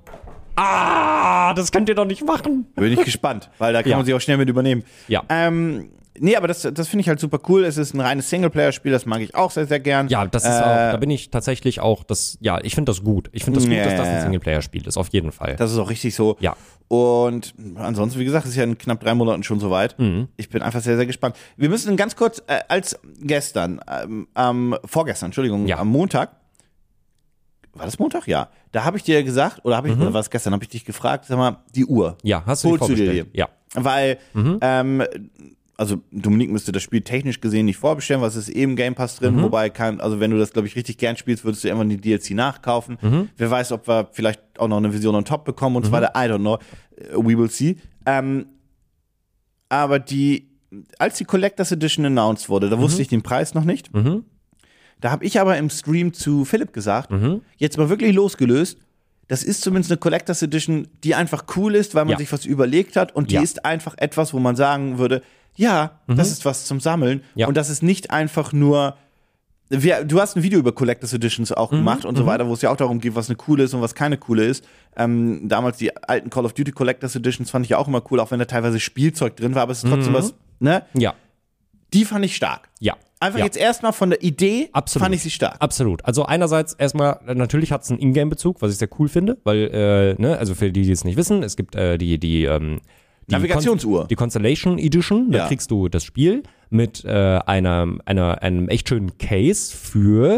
ah, das könnt ihr doch nicht machen.
Bin ich gespannt, weil da kann
Ja.
man sich auch schnell mit übernehmen.
Ja.
Ähm, nee, aber das, das finde ich halt super cool. Es ist ein reines Singleplayer-Spiel, das mag ich auch sehr, sehr gern. Äh,
Ja, das ist auch, da bin ich tatsächlich auch, das, ja, ich finde das gut. Ich finde das gut, dass das ein
Yeah.
Singleplayer-Spiel ist, auf jeden Fall.
Das ist auch richtig so.
Ja.
Und ansonsten, wie gesagt, ist ja in knapp drei Monaten schon soweit.
Mhm.
Ich bin einfach sehr, sehr gespannt. Wir müssen ganz kurz, äh, als gestern, ähm, am- vorgestern, Entschuldigung,
Ja.
am Montag, war das Montag? Ja. Da habe ich dir gesagt, oder, hab ich, oder war es gestern, habe ich dich gefragt, sag mal, die Uhr.
Mhm. ja, hast du die
Holst du dir
vorbestellt?
die?
Ja.
Weil, ähm, also Dominik müsste das Spiel technisch gesehen nicht vorbestellen, was ist eben Game Pass drin, wobei kann, also wenn du das, glaube ich, richtig gern spielst, würdest du einfach die DLC nachkaufen. Wer weiß, ob wir vielleicht auch noch eine Vision on top bekommen und so weiter, I don't know. Äh, We will see. Ähm, aber die, als die Collectors Edition announced wurde, da wusste ich den Preis noch nicht. Da habe ich aber im Stream zu Philipp gesagt, jetzt mal wirklich losgelöst, das ist zumindest eine Collectors Edition, die einfach cool ist, weil man
Ja.
sich was überlegt hat und die
Ja. Mhm.
ist einfach etwas, wo man sagen würde, ja, das ist was zum Sammeln
Ja.
und das ist nicht einfach nur wir, du hast ein Video über Collectors Editions
Mhm.
auch gemacht und so weiter, wo es ja auch darum geht, was eine coole ist und was keine coole ist. Ähm, damals die alten Call of Duty Collectors Editions fand ich ja auch immer cool, auch wenn da teilweise Spielzeug drin war, aber es ist trotzdem
Mhm.
was, ne?
Ja,
Die fand ich stark.
ja.
Einfach
ja.
jetzt erstmal von der Idee
Absolut.
fand ich sie stark.
Absolut. Also einerseits erstmal, natürlich hat es einen Ingame-Bezug, was ich sehr cool finde, weil, äh, ne, also für die, die es nicht wissen, es gibt äh, die, die, ähm, die
Navigationsuhr.
Con die Constellation Edition, da
Ja.
kriegst du das Spiel mit äh, einem, einer, einem echt schönen Case für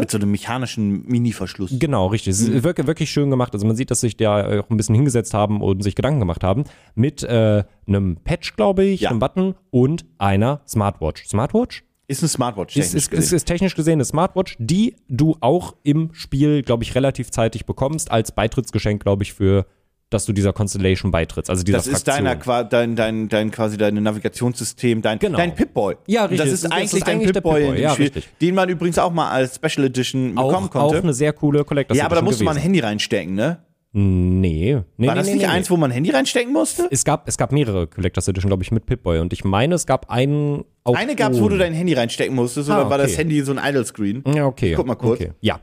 Mit Mhm. so einem mechanischen Mini-Verschluss.
Genau, richtig. Es ist wirklich, wirklich schön gemacht. Also man sieht, dass sich da äh, auch ein bisschen hingesetzt haben und sich Gedanken gemacht haben. Mit äh, einem Patch, glaube ich,
Ja.
einem Button und einer Smartwatch. Smartwatch?
Ist eine Smartwatch.
Ist,
technisch
ist,
gesehen.
ist, ist technisch gesehen eine Smartwatch, die du auch im Spiel, glaube ich, relativ zeitig bekommst, als Beitrittsgeschenk, glaube ich, für, dass du dieser Constellation beitrittst. Also dieser
Das ist
Fraktion.
deiner, qua- dein, dein, dein, quasi dein Navigationssystem, dein,
Genau.
dein Pip-Boy.
Ja, richtig.
Das ist
Das ist
eigentlich dein
eigentlich der
Pip-Boy in
Pip-Boy,
dem
ja,
Spiel,
richtig.
den man übrigens auch mal als Special Edition bekommen
auch, auch
konnte.
eine sehr coole Collectors
ja, aber da
Edition
musste man ein
gewesen.
Handy reinstecken, ne?
Nee. nee
War
nee,
das
nee,
nicht
nee, nee.
eins, wo man ein Handy reinstecken musste?
Es gab, es gab mehrere Collectors Edition, glaube ich, mit Pip-Boy. Und ich meine, es gab einen auch
Eine gab es, wo
ohne.
du dein Handy reinstecken musstest, oder
Uh. Ah,
war das
okay. Hm.
Handy so ein Idle-Screen?
Ja, okay.
Hm? guck mal kurz.
Okay. Ja.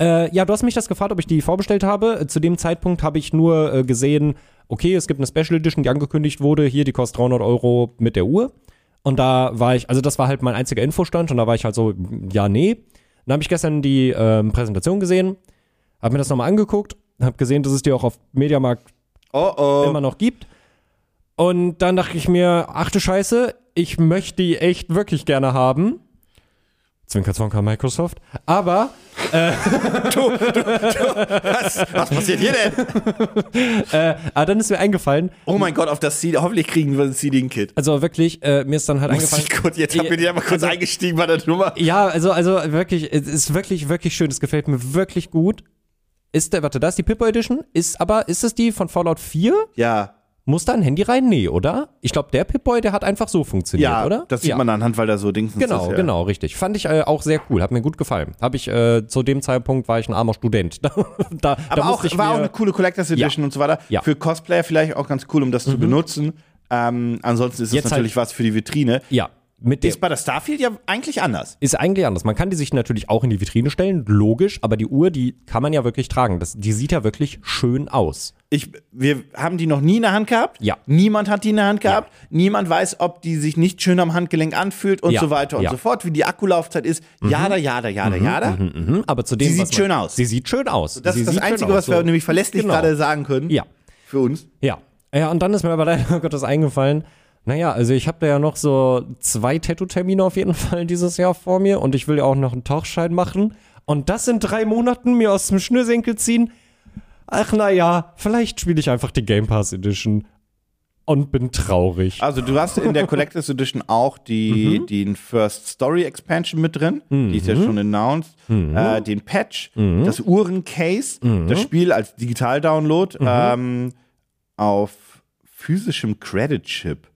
Äh, ja, du hast mich das gefragt, ob ich die vorbestellt habe. Zu dem Zeitpunkt habe ich nur äh, gesehen, okay, es gibt eine Special Edition, die angekündigt wurde. Hier, die kostet 300 Euro mit der Uhr. Und da war ich, also das war halt mein einziger Infostand und da war ich halt so, ja, nee. Dann habe ich gestern die ähm, Präsentation gesehen, habe mir das nochmal angeguckt, habe gesehen, dass es die auch auf Mediamarkt
Oh, oh.
immer noch gibt. Und dann dachte ich mir, ach du Scheiße, ich möchte die echt wirklich gerne haben. Zwinker, zwinker, Microsoft. Aber
Was, was passiert hier denn?
Ah, dann ist mir eingefallen,
Oh mein Gott, auf das CD. Hoffentlich kriegen wir ein CD-Kit.
also wirklich, äh, mir ist dann halt eingefallen.
Gut, jetzt hab ich dir mal
also-
kurz eingestiegen bei der Nummer.
Ja, also, also wirklich, es ist wirklich, wirklich schön. Es gefällt mir wirklich gut. Ist der, warte, da ist die Pippo Edition. Ist aber, ist es die von Fallout 4?
Ja,
Muss da ein Handy rein? Nee, oder? Ich glaube, der Pip-Boy, der hat einfach so funktioniert,
ja,
oder?
das sieht
ja.
man anhand, weil da so Dings
Genau,
ist. Ja.
genau, richtig. Fand ich äh, auch sehr cool, hat mir gut gefallen. Habe ich äh, zu dem Zeitpunkt war ich ein armer Student. <laughs> da, da, da
Aber auch,
musste ich
war auch
mir,
eine coole Collectors Edition
Ja.
und so weiter.
Ja. Mhm.
Für Cosplayer vielleicht auch ganz cool, um das zu benutzen. Ähm, ansonsten ist es
Jetzt halt
natürlich was für die Vitrine.
ja mit dem
Ist bei der Starfield ja eigentlich anders.
ist eigentlich anders. Man kann die sich natürlich auch in die Vitrine stellen, logisch, aber die Uhr, die kann man ja wirklich tragen. Das, die sieht ja wirklich schön aus.
Ich, wir haben die noch nie in der Hand gehabt.
Ja.
Niemand hat die in der Hand gehabt. Niemand weiß, ob die sich nicht schön am Handgelenk anfühlt und
Ja.
so weiter und
Ja.
so fort, wie die Akkulaufzeit ist. Jada, jada, jada, jada.
Mhm, aber zu dem,
Sie
was
sieht
man,
schön aus.
Sie sieht schön aus.
Das
sie
ist das
sieht schön
Einzige,
aus,
was wir
so.
nämlich verlässlich
Genau.
gerade sagen können.
Ja,
Für uns.
ja, ja. Und dann ist mir aber leider oh Gott das eingefallen. Naja, also ich habe da ja noch so zwei Tattoo-Termine auf jeden <laughs> Fall dieses Jahr vor mir und ich will ja auch noch einen Tauchschein machen und das in drei Monaten mir aus dem Schnürsenkel ziehen. Ach naja, vielleicht spiele ich einfach die Game Pass Edition und bin traurig.
Also du hast in der Collectors Edition auch die, den First Story Expansion mit drin, die ist ja schon announced, äh, den Patch, das Uhrencase, das Spiel als Digital-Download ähm, auf physischem Credit-Chip.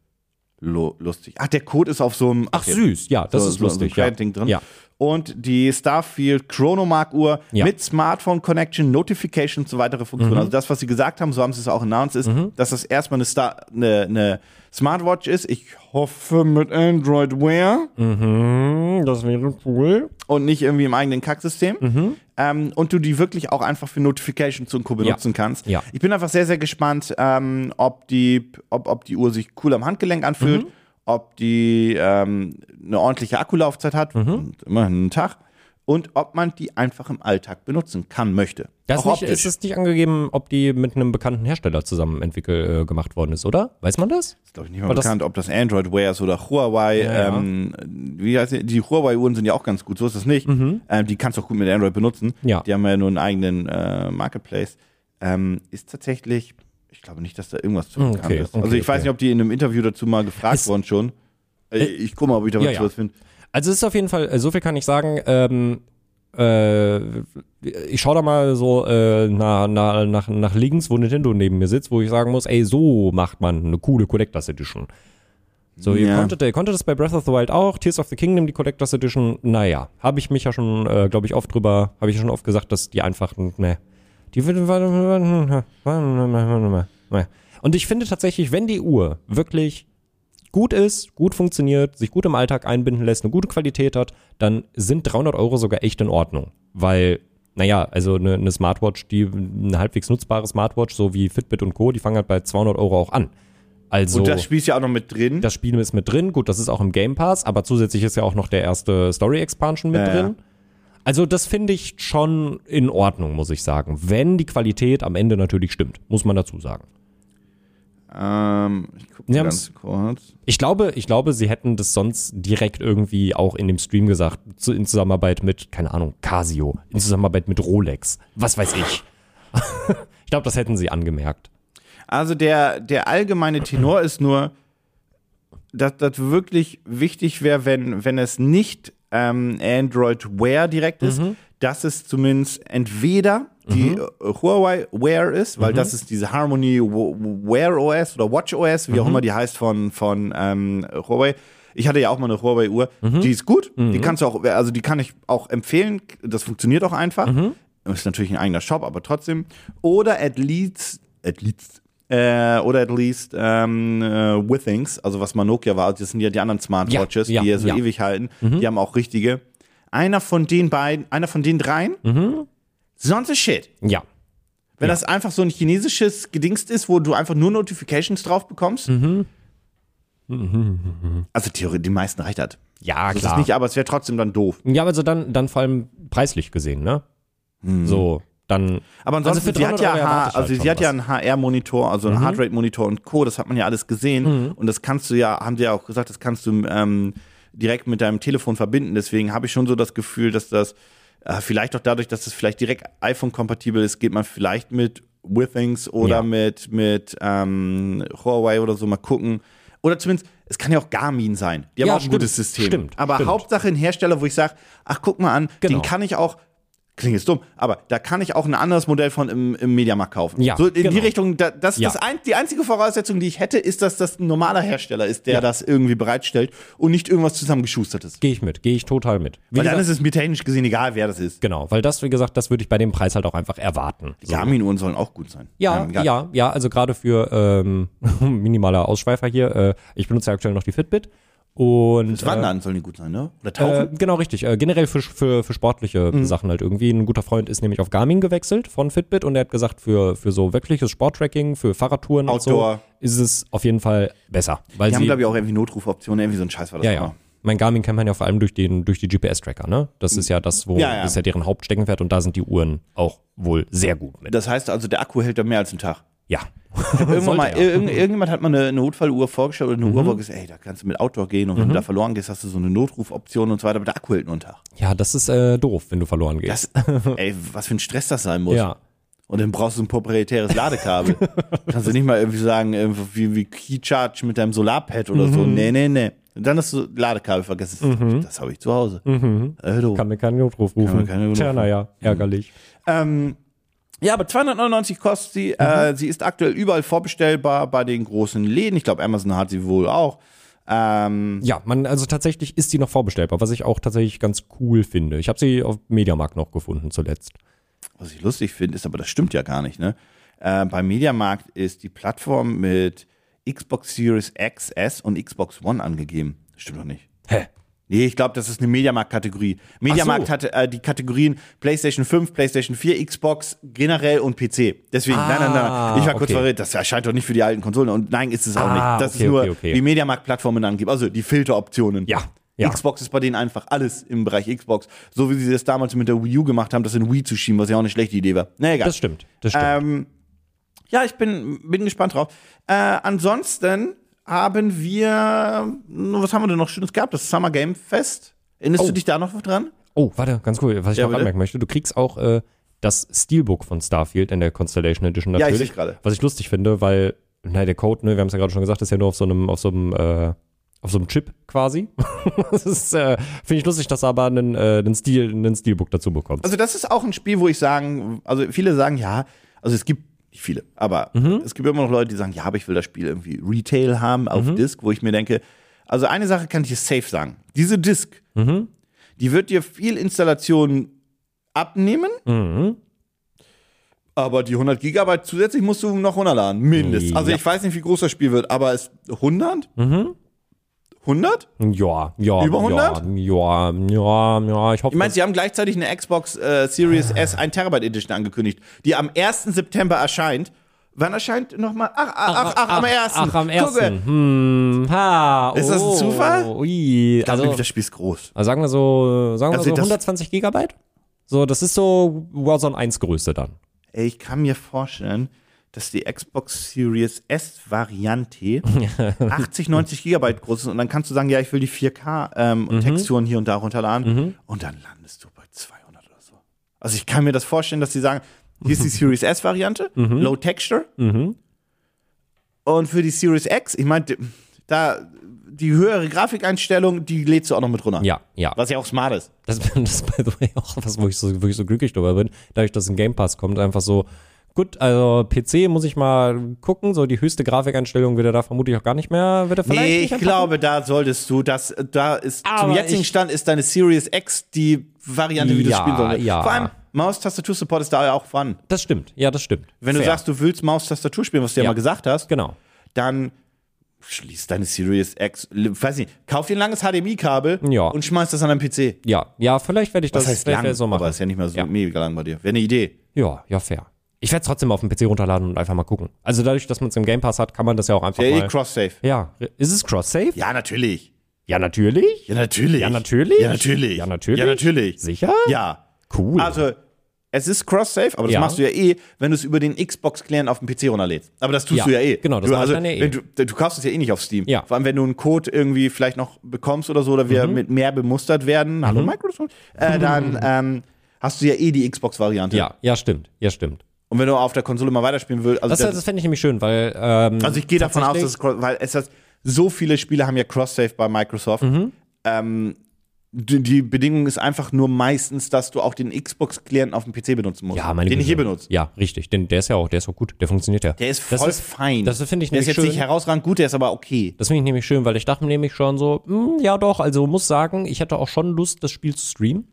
Lu- Lustig. Ach, der Code ist auf so einem.
Ach süß, ja, das
so,
ist
so-
lustig.
So ein
ja.
kleines Ding drin.
ja.
Und die Starfield Chronomark-Uhr
Ja. Mhm.
mit Smartphone-Connection, Notifications und so weitere Funktionen. Also das, was sie gesagt haben, so haben sie es auch announced, ist, dass das erstmal eine, Star eine, eine Smartwatch ist. Ich hoffe mit Android Wear
Mhm, das wäre cool.
und nicht irgendwie im eigenen Kacksystem. Ähm, und du die wirklich auch einfach für Notifications und Co. benutzen kannst.
Mhm. Ja.
Ich bin einfach sehr, sehr gespannt, ähm, ob, die, ob, ob die Uhr sich cool am Handgelenk anfühlt,
Mhm.
ob die ähm, eine ordentliche Akkulaufzeit hat,
Mhm.
und immerhin einen Tag, und ob man die einfach im Alltag benutzen kann, möchte.
Das
auch
nicht, ist es nicht angegeben, ob die mit einem bekannten Hersteller zusammen entwickelt äh, gemacht worden ist, oder? Weiß man das?
ist, glaube ich, nicht mal
Aber das-
bekannt, ob das Android Wear ist oder Huawei.
Ja, ja.
ähm, Wie heißt die? die Huawei-Uhren sind ja auch ganz gut, so ist das nicht. Ähm, die kannst du auch gut mit Android benutzen.
Mhm. Ja.
Die haben ja nur einen eigenen äh, Marketplace. Ähm, ist tatsächlich, ich glaube nicht, dass da irgendwas zu bekannt
okay,
ist.
okay,
Also ich weiß
okay.
nicht, ob die in einem Interview dazu mal gefragt
Es-
wurden schon. Äh, ich guck mal, ob ich da
ja,
was
ja.
ja. finde.
Also es ist auf jeden Fall, äh, so viel kann ich sagen, ähm, äh, ich schaue da mal so äh, nach, nach, nach, nach links, wo Nintendo neben mir sitzt, wo ich sagen muss, ey, so macht man eine coole Collectors Edition. So, ihr
Ja.
konntet, ihr konntet das bei Breath of the Wild auch, Tears of the Kingdom, die Collectors Edition, naja, habe ich mich ja schon, äh, glaube ich, oft drüber, habe ich schon oft gesagt, dass die einfach, ne, die wird- ne, Und ich finde tatsächlich, wenn die Uhr wirklich gut ist, gut funktioniert, sich gut im Alltag einbinden lässt, eine gute Qualität hat, dann sind 300 Euro sogar echt in Ordnung. Weil, naja, also eine, eine Smartwatch, die eine halbwegs nutzbare Smartwatch, so wie Fitbit und Co., die fangen halt bei 200 Euro auch an. Also,
Und das Spiel ist ja auch noch mit drin.
das Spiel ist mit drin. Gut, das ist auch im Game Pass, aber zusätzlich ist ja auch noch der erste Story-Expansion mit
Ja, ja.
drin. Also, das finde ich schon in Ordnung, muss ich sagen. Wenn die Qualität am Ende natürlich stimmt, muss man dazu sagen.
ähm, ich gucke
Ja,
mal
das-
ganz kurz.
Ich glaube, ich glaube, sie hätten das sonst direkt irgendwie auch in dem Stream gesagt, zu, in Zusammenarbeit mit, keine Ahnung, Casio, in Zusammenarbeit mit Rolex, was weiß ich. <laughs> ich glaube, das hätten sie angemerkt.
Also der, der allgemeine Tenor ist nur, dass das wirklich wichtig wäre, wenn, wenn es nicht ähm, Android Wear direkt ist, dass es zumindest entweder die äh, Huawei Wear ist, weil das ist diese Harmony Wo- Wear OS oder Watch OS, wie auch immer die heißt von, von ähm, Huawei. Ich hatte ja auch mal eine Huawei-Uhr, die ist gut, die kannst du auch, also die kann ich auch empfehlen, das funktioniert auch einfach. Ist natürlich ein eigener Shop, aber trotzdem. Oder at least, at least, äh, oder at least ähm, äh, Withings, also was mal Nokia war, das sind ja die anderen Smartwatches,
ja,
die ja so
ja. Mhm.
ewig halten. Die haben auch richtige. Einer von den beiden, einer von den dreien, sonst ist Shit.
Mhm. Ja.
Wenn das einfach so ein chinesisches Gedingst ist, wo du einfach nur Notifications drauf bekommst.
Mhm.
Also Theorie, die meisten reicht das.
Ja,
Das ist
klar.
nicht, aber es wäre trotzdem dann doof.
ja, also dann, dann vor allem preislich gesehen, ne?
Hm.
So, dann.
Aber ansonsten,
Also für
sie hat
300
ja,
Euro
H,
erwarte ich halt
also sie
schon Mhm.
hat ja einen HR-Monitor, also einen Heartrate-Monitor und Co. Das hat man ja alles gesehen. Und das kannst du ja, haben sie ja auch gesagt, das kannst du ähm, direkt mit deinem Telefon verbinden. Deswegen habe ich schon so das Gefühl, dass das äh, vielleicht auch dadurch, dass es vielleicht direkt iPhone-kompatibel ist, geht man vielleicht mit Withings oder
Ja.
mit, mit ähm, Huawei oder so mal gucken. Oder zumindest, es kann ja auch Garmin sein. Die haben
Ja,
auch ein
stimmt,
gutes System.
stimmt,
Aber
stimmt.
Hauptsache ein Hersteller, wo ich sage, ach guck mal an,
Genau.
den kann ich auch klingt jetzt dumm, aber da kann ich auch ein anderes Modell von im, im Mediamarkt kaufen.
Ja,
so in die
genau.
Richtung, da, das,
Ja.
das ein, die einzige Voraussetzung, die ich hätte, ist, dass das ein normaler Hersteller ist, der das irgendwie bereitstellt und nicht irgendwas zusammengeschustertes.
Gehe ich mit, gehe ich total mit. Wie
Weil
gesagt,
dann ist es mir technisch gesehen egal, wer das ist.
genau, weil das, wie gesagt, das würde ich bei dem Preis halt auch einfach erwarten. So.
Garmin-Uhren sollen auch gut sein. Ähm,
Ja,
egal.
ja, ja, also gerade für ähm, <laughs> minimaler Ausschweifer hier. Äh, ich benutze ja aktuell noch die Fitbit. Und
Das Wandern sollen die gut sein, ne? Oder
äh,
tauchen? Mhm.
genau richtig. Äh, generell für, für, für sportliche Sachen halt irgendwie. Ein guter Freund ist nämlich auf Garmin gewechselt von Fitbit und er hat gesagt, für, für so wirkliches Sporttracking, für Fahrradtouren und
Outdoor.
so ist es auf jeden Fall besser. Weil
die haben,
sie,
glaube ich, auch irgendwie Notrufoptionen, irgendwie so ein Scheiß war das
ja,
auch.
ja. Mein Garmin kennt man ja vor allem durch, den, durch die GPS-Tracker, ne? Das ist ja das, wo
Ja, ja.
das ist ja deren Hauptsteckenpferd und da sind die Uhren auch wohl sehr gut mit.
Das heißt also, der Akku hält da mehr als einen Tag.
Ja.
Irgendwann mal,
<laughs> Sollte er. Mhm.
irgend, irgendjemand hat mal eine, eine Notfalluhr vorgestellt oder eine Uhr, wo er gesagt, ey, da kannst du mit Outdoor gehen und wenn du da verloren gehst, hast du so eine Notrufoption und so weiter, aber der Akku hält nur einen Tag.
Ja, das ist äh, doof, wenn du verloren gehst.
Das, <laughs> ey, was für ein Stress das sein muss.
ja.
Und dann brauchst du ein proprietäres
<laughs>
Ladekabel. Kannst du nicht mal irgendwie sagen, äh, wie, wie Keycharge mit deinem Solarpad oder so.
Mhm.
Nee, nee, nee. Und dann hast du Ladekabel vergessen. Das habe ich zu Hause.
Mhm.
Also.
Kann mir keinen Notruf rufen.
mir keinen Notruf
Tja,
rufen. Mhm.
naja, ärgerlich.
Ähm, ja, aber 299 kostet sie.
Mhm.
Äh, sie ist aktuell überall vorbestellbar bei den großen Läden. Ich glaube, Amazon hat sie wohl auch. Ähm,
Ja, man, also tatsächlich ist die noch vorbestellbar, was ich auch tatsächlich ganz cool finde. Ich habe sie auf Mediamarkt noch gefunden zuletzt.
was ich lustig finde, ist, aber das stimmt ja gar nicht, ne? Äh, beim Mediamarkt ist die Plattform mit Xbox Series X, S und Xbox One angegeben. Stimmt doch nicht.
Hä?
Nee, ich glaube, das ist eine Mediamarkt-Kategorie. Mediamarkt
so.
hat äh, die Kategorien PlayStation 5, PlayStation 4, Xbox generell und PC. Deswegen, nein, nein, nein. Ich war kurz
Ah, okay.
verwirrt, das erscheint doch nicht für die alten Konsolen. Und nein, ist es auch
Ah,
nicht. Das
okay,
ist nur
okay, okay.
die Mediamarkt-Plattformen angibt. Also die Filteroptionen.
Ja, ja.
Xbox ist bei denen einfach alles im Bereich Xbox. So wie sie das damals mit der Wii U gemacht haben, das in Wii zu schieben, was ja auch eine schlechte Idee war. Na egal.
Das stimmt, das stimmt.
Ähm, ja, ich bin, bin gespannt drauf. Äh, ansonsten haben wir, was haben wir denn noch Schönes gehabt? Das Summer Game Fest. Erinnerst du dich da noch dran?
oh, warte, ganz cool, was ich
Ja,
noch
bitte?
anmerken möchte. Du kriegst auch äh, das Steelbook von Starfield in der Constellation Edition
ich
natürlich.
seh's gerade.
Was ich lustig finde, weil, naja, der Code, ne, wir haben es ja gerade schon gesagt, ist ja nur auf so einem, auf so einem, äh, auf so einem Chip quasi. <laughs> das ist, äh, finde ich lustig, dass du aber einen, äh, einen, Steel, einen Steelbook dazu bekommst.
Also, das ist auch ein Spiel, wo ich sagen, also viele sagen, ja, also es gibt nicht viele, aber es gibt immer noch Leute, die sagen, ja, aber ich will das Spiel irgendwie Retail haben auf Disc, wo ich mir denke, also eine Sache kann ich dir safe sagen. Diese Disc, die wird dir viel Installation abnehmen, aber die 100 Gigabyte zusätzlich musst du noch runterladen, mindestens. Also
Ja.
ich weiß nicht, wie groß das Spiel wird, aber es 100? 100?
Ja, ja.
Über 100?
Ja, ja, ja, ja. Ich hoffe,
Ich meine, sie haben gleichzeitig eine Xbox äh, Series S 1 Terabyte Edition angekündigt, die am 1. September erscheint. Wann erscheint nochmal? Ach, ach, ach, ach, am 1.
Ach, am
Gucke.
1. Hm, ha,
Ist das ein
oh,
Zufall?
Ui,
Also,
also,
das Spiel ist groß.
also sagen wir so, sagen wir
Also
so
das-
120 Gigabyte. So, das ist so Warzone 1 Größe dann.
Ey, ich kann mir vorstellen, dass die Xbox Series S Variante 80, 90 Gigabyte groß ist und dann kannst du sagen, ja, ich will die 4K ähm, und Texturen hier und da runterladen und dann landest du bei 200 oder so. Also ich kann mir das vorstellen, dass sie sagen, hier ist die Series S Variante, Low Texture und für die Series X, ich meine, da die höhere Grafikeinstellung, die lädst du auch noch mit runter.
Ja, ja.
Was ja auch smart ist.
Das, <laughs> das ist by the way auch was, wo ich so, wo ich so glücklich drüber bin, dadurch, dass ein Game Pass kommt, einfach so, gut, also PC muss ich mal gucken, so die höchste Grafikeinstellung wird er da vermutlich auch gar nicht mehr, wird er vielleicht
Nee,
nicht
ich
anpacken?
glaube, da solltest du, das, da ist zum
Aber
jetzigen
ich-
Stand ist deine Series X die Variante, wie du
Ja,
das spielen solltest.
ja.
Vor allem Maus-Tastatur-Support ist da ja auch vorhanden.
Das stimmt, ja, das stimmt.
Wenn du
Fair.
sagst, du willst Maus-Tastatur spielen, was du ja,
Ja.
mal gesagt hast,
Genau.
dann schließ deine Series X, weiß nicht, kauf dir ein langes HDMI-Kabel
Ja.
und schmeiß das an deinen PC.
Ja, ja, vielleicht werde ich
Das,
das
heißt
vielleicht
lang,
werde ich so machen.
aber ist ja nicht mehr so
Ja.
mega lang bei dir. Wäre eine Idee.
Ja, ja, fair. Ich werde es trotzdem auf dem PC runterladen und einfach mal gucken. Also dadurch, dass man es im Game Pass hat, kann man das ja auch einfach
Der eh
mal.
Cross-Safe.
Ja, ist es Cross-Save?
Ja, natürlich.
Ja, natürlich.
Ja, natürlich.
Ja, natürlich.
Ja, natürlich.
Ja, natürlich.
Ja, natürlich.
Sicher?
Ja.
Cool.
Also, es ist cross-safe, aber das
Ja.
machst du ja eh, wenn du es über den Xbox-Client auf dem PC runterlädst. Aber das tust
Ja,
du ja eh.
genau, das
du,
mach ich dann ja eh.
wenn du, du kaufst es ja eh nicht auf Steam.
Ja. Mhm.
Vor allem, wenn du einen Code irgendwie vielleicht noch bekommst oder so, oder wir mit mehr bemustert werden, hallo Microsoft, äh,
<laughs>
dann ähm, hast du ja eh die Xbox-Variante.
ja, ja, stimmt. Ja, stimmt.
Und wenn du auf der Konsole mal weiterspielen willst, also,
Das, das,
das,
fände ich nämlich schön, weil ähm,
also ich gehe davon aus, dass
tatsächlich-
es, cross- weil es hat, so viele Spiele haben ja cross-safe bei Microsoft.
Mhm.
Ähm, die, die Bedingung ist einfach nur meistens, dass du auch den Xbox-Client auf dem PC benutzen musst,
ja, meine
den ich
Güte.
hier benutze.
Ja, richtig. Denn der ist ja auch, der ist auch gut. Der funktioniert ja.
Der ist voll
das ist,
fein.
das finde ich
der ist
nämlich
jetzt
schön.
nicht herausragend gut, der ist aber okay.
Das finde ich nämlich schön, weil ich dachte mir nämlich schon so, hm, ja doch, also muss sagen, ich hätte auch schon Lust, das Spiel zu streamen.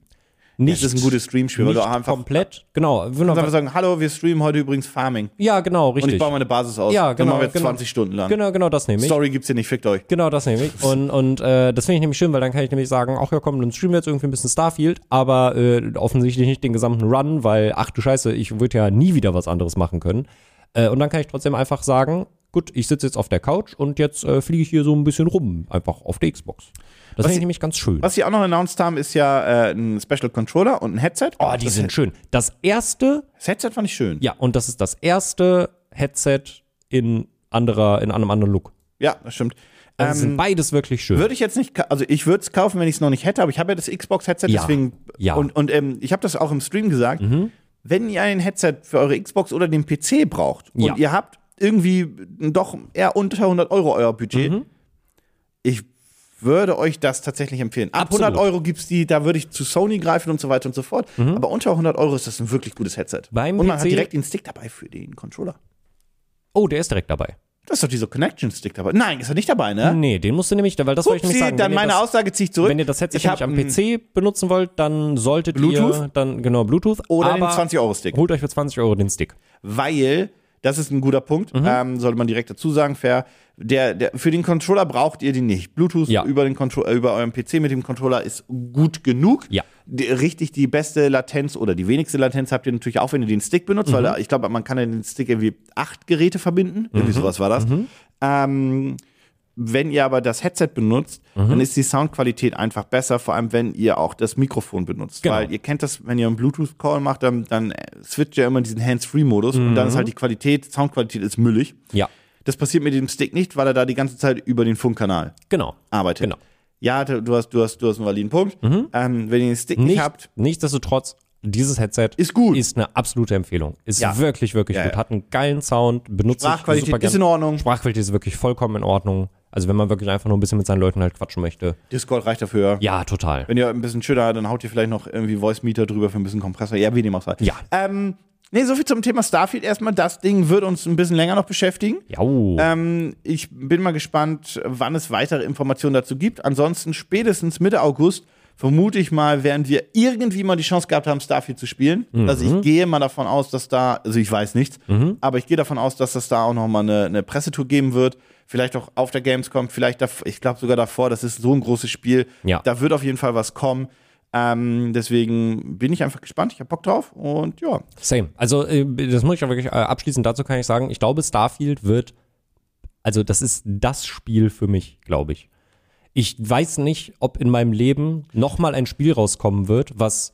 Nicht,
Das ist ein gutes Streamspiel, weil
nicht
du auch einfach,
komplett, genau. Genau,
einfach sagen, hallo, wir streamen heute übrigens Farming.
Ja, genau, richtig.
Und ich baue meine Basis aus.
Ja,
Dann
genau,
machen wir jetzt
genau.
20 Stunden lang.
Genau, genau das nehme ich.
Story gibt's hier nicht, fickt euch.
Genau das nehme ich. Und, und äh, das finde ich nämlich schön, weil dann kann ich nämlich sagen, ach ja komm, dann streamen wir jetzt irgendwie ein bisschen Starfield, aber äh, offensichtlich nicht den gesamten Run, weil, ach du Scheiße, ich würde ja nie wieder was anderes machen können. Äh, und dann kann ich trotzdem einfach sagen, gut, ich sitze jetzt auf der Couch und jetzt äh, fliege ich hier so ein bisschen rum, einfach auf der Xbox. Das finde ich nämlich ganz schön.
Was sie auch noch announced haben, ist ja äh, ein Special Controller und ein Headset.
Oh, die
das,
sind schön. Das erste,
das Headset fand ich schön.
ja, und das ist das erste Headset in anderer, in einem anderen Look.
Ja, das stimmt.
Also
Ähm,
sind beides wirklich schön.
Würde ich jetzt nicht, ka- also ich würde es kaufen, wenn ich es noch nicht hätte, aber ich habe ja das Xbox-Headset,
Ja,
deswegen.
ja. Mhm.
Und, und ähm, ich habe das auch im Stream gesagt. Wenn ihr ein Headset für eure Xbox oder den PC braucht und
Ja.
ihr habt irgendwie doch eher unter 100 Euro euer Budget,
Mhm.
ich würde euch das tatsächlich empfehlen. Ab
Absolut. Mhm.
100 Euro gibt's die, da würde ich zu Sony greifen und so weiter und so fort. Aber unter 100 Euro ist das ein wirklich gutes Headset.
Beim
und man hat
PC
direkt den Stick dabei für den Controller.
oh, der ist direkt dabei.
Das ist doch dieser Connection-Stick dabei. Nein, ist er nicht dabei, ne?
Nee, den musst du nämlich, weil das wollte Hm, ich
Upsi,
nämlich sagen.
dann
wenn ihr
meine
das,
Aussage ziehe ich zurück.
Wenn ihr das Headset
Ich hab
nicht am
ein-
PC benutzen wollt, dann solltet ihr
Bluetooth?
dann genau Bluetooth
Oder
aber
den 20-Euro-Stick.
Holt euch für 20 Euro den Stick.
Weil, das ist ein guter Punkt,
Mhm.
ähm, sollte man direkt dazu sagen, fair. Der, der, für den Controller braucht ihr den nicht. Bluetooth
Ja.
über, den Contro äh, über eurem PC mit dem Controller ist gut genug.
Ja.
Die, richtig die beste Latenz oder die wenigste Latenz habt ihr natürlich auch, wenn ihr den Stick benutzt,
Mhm.
weil da, ich glaube, man kann ja den Stick irgendwie acht Geräte verbinden. Irgendwie
Mhm.
sowas war das. Ähm, wenn ihr aber das Headset benutzt,
Mhm.
dann ist die Soundqualität einfach besser, vor allem wenn ihr auch das Mikrofon benutzt.
Genau.
Weil ihr kennt das, wenn ihr einen Bluetooth-Call macht, dann, dann äh, switcht ihr immer in diesen Hands-Free-Modus und
Mhm.
dann ist halt die Qualität, Soundqualität ist müllig.
Ja,
Das passiert mit dem Stick nicht, weil er da die ganze Zeit über den Funkkanal
genau.
arbeitet.
Genau. Mhm.
Ja, du du hast, du hast, du hast einen validen Punkt. Ähm, wenn ihr den Stick nicht,
Nicht,
habt,
nichtsdestotrotz, dieses Headset
Ist gut.
ist eine absolute Empfehlung. Ist
Ja.
wirklich, wirklich
Ja,
gut.
ja.
Hat einen geilen Sound, benutzt
Sprachqualität
super
ist in Ordnung.
Sprachqualität ist wirklich vollkommen in Ordnung. Also wenn man wirklich einfach nur ein bisschen mit seinen Leuten halt quatschen möchte.
Discord reicht dafür.
Ja, total.
Wenn ihr ein bisschen schöner, habt, dann haut ihr vielleicht noch irgendwie Voice Meter drüber für ein bisschen Kompressor. Ja, wie dem auch sei.
Ja.
Ähm, nee, so viel zum Thema Starfield erstmal. Das Ding wird uns ein bisschen länger noch beschäftigen.
Jau.
Ähm, ich bin mal gespannt, wann es weitere Informationen dazu gibt. Ansonsten spätestens Mitte August vermute ich mal, werden wir irgendwie mal die Chance gehabt haben, Starfield zu spielen. Also ich gehe mal davon aus, dass da, also ich weiß nichts, aber ich gehe davon aus, dass das da auch noch mal eine, eine Pressetour geben wird. Vielleicht auch auf der Gamescom, vielleicht, dav- ich glaube sogar davor, das ist so ein großes Spiel.
Ja.
Da wird auf jeden Fall was kommen. Ähm, deswegen bin ich einfach gespannt, ich habe Bock drauf und ja.
Same. Also, äh, das muss ich auch wirklich äh, abschließend dazu kann ich sagen, ich glaube, Starfield wird, also das ist das Spiel für mich, glaube ich. Ich weiß nicht, ob in meinem Leben nochmal ein Spiel rauskommen wird, was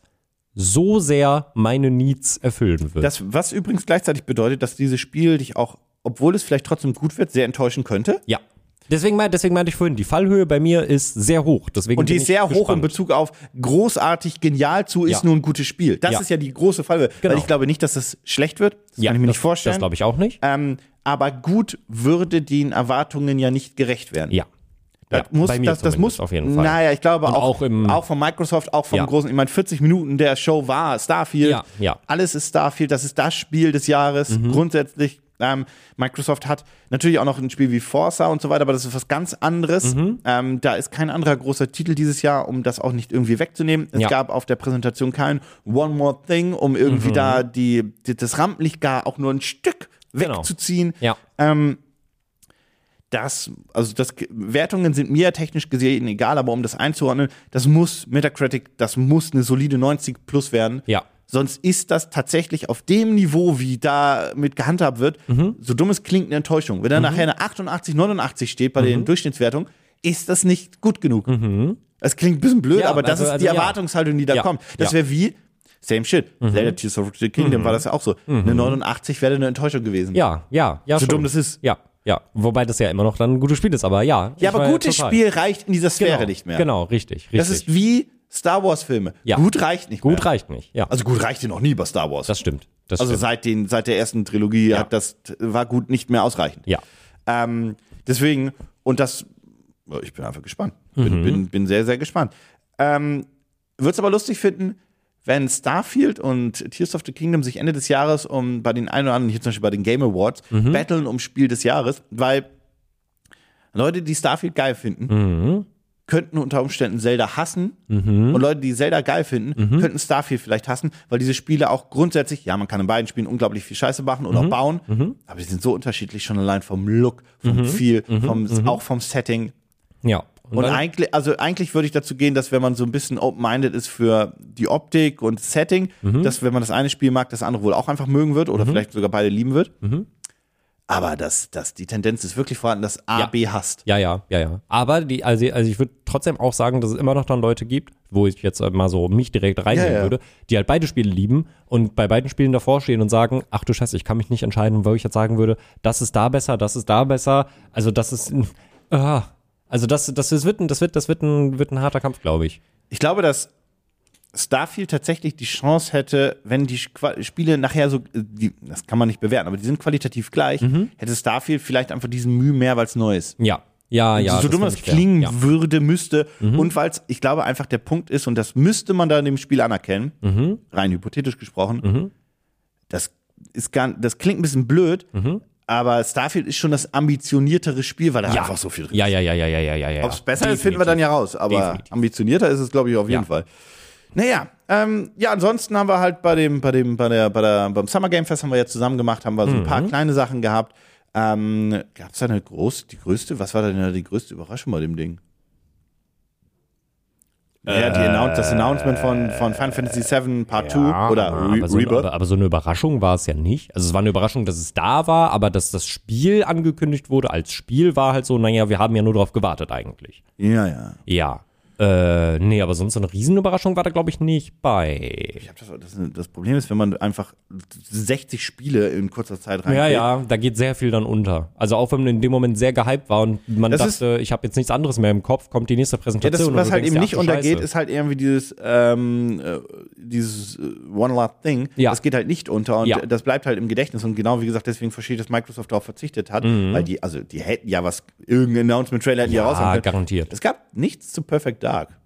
so sehr meine Needs erfüllen wird.
Das, was übrigens gleichzeitig bedeutet, dass dieses Spiel dich auch, obwohl es vielleicht trotzdem gut wird, sehr enttäuschen könnte.
ja. Deswegen, mein, deswegen meinte ich vorhin, die Fallhöhe bei mir ist sehr hoch. Deswegen
Und die
bin
ist
ich
sehr hoch in
gespannt.
Bezug auf großartig, genial zu ist
Ja.
nur ein gutes Spiel. Das
Ja.
ist ja die große Fallhöhe.
Genau.
Weil ich glaube nicht, dass das schlecht wird. Das kann ich mir
das,
nicht vorstellen.
Das glaube ich auch nicht.
ähm, aber gut würde den Erwartungen ja nicht gerecht werden.
ja.
Das
ja,
muss,
bei mir
das, das
zumindest
muss,
auf jeden Fall.
Naja, ich glaube auch,
auch im-
auch von Microsoft, auch vom
Ja.
großen, ich meine, 40 Minuten der Show war Starfield.
Ja, ja. Mhm.
Alles ist Starfield, das ist das Spiel des Jahres grundsätzlich. Ähm, Microsoft hat natürlich auch noch ein Spiel wie Forza und so weiter, aber das ist was ganz anderes.
Mhm.
Ähm, da ist kein anderer großer Titel dieses Jahr, um das auch nicht irgendwie wegzunehmen. Es
Ja.
gab auf der Präsentation kein One More Thing, um
Mhm.
irgendwie da die, die, das Rampenlicht gar auch nur ein Stück
Genau.
wegzuziehen
ja.
Ähm, das, also das, Wertungen sind mir technisch gesehen egal, aber um das einzuordnen, das muss Metacritic, das muss eine solide 90 plus werden.
Ja.
Sonst ist das tatsächlich auf dem Niveau, wie da mit gehandhabt wird,
Mhm.
so dumm es klingt, eine Enttäuschung. Wenn da nachher eine 88, 89 steht bei
Mhm.
den Durchschnittswertungen, ist das nicht gut genug. Das klingt ein bisschen blöd,
Ja,
aber das
also-
ist die
also ja.
Erwartungshaltung, die da
Ja.
kommt. Das
Ja.
wäre
Mhm.
wie, same shit, Zelda Tears of the Kingdom war das ja auch so. Eine 89 wäre eine Enttäuschung gewesen.
Ja, ja, ja.
So
schon.
dumm das ist.
Ja, ja. Wobei das ja immer noch dann ein gutes Spiel ist, aber ja.
Ja, aber gutes Spiel reicht in dieser Sphäre
genau,
nicht mehr.
Genau, richtig, richtig.
Das ist wie Star Wars-Filme.
Ja.
Gut reicht nicht
Gut
mehr.
reicht nicht, ja.
Also gut reichte noch nie bei Star Wars.
das stimmt. Das
also
stimmt.
seit, den, seit der ersten Trilogie hat das war gut nicht mehr ausreichend.
Ja.
Ähm, deswegen, und das, ich bin einfach gespannt.
Mhm.
Bin, bin, bin sehr, sehr gespannt. Ähm, Würde es aber lustig finden, wenn Starfield und Tears of the Kingdom sich Ende des Jahres um bei den einen oder anderen, hier zum Beispiel bei den Game Awards,
Mhm.
battlen um Spiel des Jahres, weil Leute, die Starfield geil finden, könnten unter Umständen Zelda hassen
Mhm.
und Leute, die Zelda geil finden, könnten Starfield vielleicht hassen, weil diese Spiele auch grundsätzlich, ja, man kann in beiden Spielen unglaublich viel Scheiße machen
Mhm.
oder auch bauen, aber die sind so unterschiedlich schon allein vom Look, vom
Mhm.
Feel, vom, auch vom Setting.
Ja.
Und
Mhm. dann-
eigentlich, also eigentlich würde ich dazu gehen, dass wenn man so ein bisschen open-minded ist für die Optik und Setting,
Mhm.
dass wenn man das eine Spiel mag, das andere wohl auch einfach mögen wird oder vielleicht sogar beide lieben wird.
Mhm.
Aber dass das, die Tendenz ist wirklich vorhanden, dass A,
Ja.
B hasst.
Ja, ja, ja, ja. Aber die, also, also ich würde trotzdem auch sagen, dass es immer noch dann Leute gibt, wo ich jetzt äh, mal so mich direkt reinnehmen
Ja, ja.
würde, die halt beide Spiele lieben und bei beiden Spielen davor stehen und sagen, ach du Scheiße, ich kann mich nicht entscheiden, wo ich jetzt sagen würde, das ist da besser, das ist da besser. Also das ist, ah. also das, das, das wird, ein- das wird, das wird ein, wird ein harter Kampf, glaube ich.
Ich glaube, dass Starfield tatsächlich die Chance hätte, wenn die Qua- Spiele nachher so, äh, die, das kann man nicht bewerten, aber die sind qualitativ gleich,
Mhm.
hätte Starfield vielleicht einfach diesen Mühe mehr, weil es neu ist.
Ja, ja, ja.
so dumm
find
das
ich fair.
klingen
Ja. Mhm.
würde, müsste. Und weil es, ich glaube, einfach der Punkt ist, und das müsste man da in dem Spiel anerkennen,
Mhm.
rein hypothetisch gesprochen, das ist gar, das klingt ein bisschen blöd, aber Starfield ist schon das ambitioniertere Spiel, weil da einfach so viel drin
Mhm. Ja, ja, ja, ja, ja, ja, ja, ja.
Ob es besser ist, finden wir dann ja raus. Aber
Definitiv.
ambitionierter ist es, glaube ich, auf jeden
Ja.
Fall. Naja, ähm, ja, ansonsten haben wir halt bei dem, bei dem, bei der, bei der, beim Summer Game Fest haben wir ja zusammen gemacht, haben wir so ein
Mhm.
paar kleine Sachen gehabt. Ähm, Gab es da eine groß, die größte, was war denn da die größte Überraschung bei dem Ding? ja, die Annou- das Announcement von, von Final Fantasy VII Part 2
Äh, Ja,
oder Re
aber so,
Rebirth.
aber, aber so eine Überraschung war es ja nicht. Also es war eine Überraschung, dass es da war, aber dass das Spiel angekündigt wurde als Spiel war halt so, naja, wir haben ja nur darauf gewartet eigentlich.
ja, ja.
Ja. Äh, nee, aber sonst so eine Riesenüberraschung war da, glaube ich, nicht bei.
Ich hab das, das, das Problem ist, wenn man einfach 60 Spiele in kurzer Zeit reinkriegt,
Ja, ja, da geht sehr viel dann unter. Also auch wenn man in dem Moment sehr gehypt war und man
Das ist-
dachte, ich habe jetzt nichts anderes mehr im Kopf, kommt die
Ja,
nächste
das,
Präsentation. und
was
du
halt eben
denkst dir, ach
nicht
du
untergeht,
Scheiße.
ist halt irgendwie dieses, ähm, äh, dieses äh, One Last Thing.
Ja.
Das geht halt nicht unter und
Ja.
das bleibt halt im Gedächtnis. Und genau wie gesagt, deswegen verstehe ich, dass Microsoft darauf verzichtet hat, weil die, also die hätten ja was, irgendein Announcement-Trailer hätten die
Mhm. Ja,
raushauen können.
garantiert.
Es gab nichts zu Perfect Dark.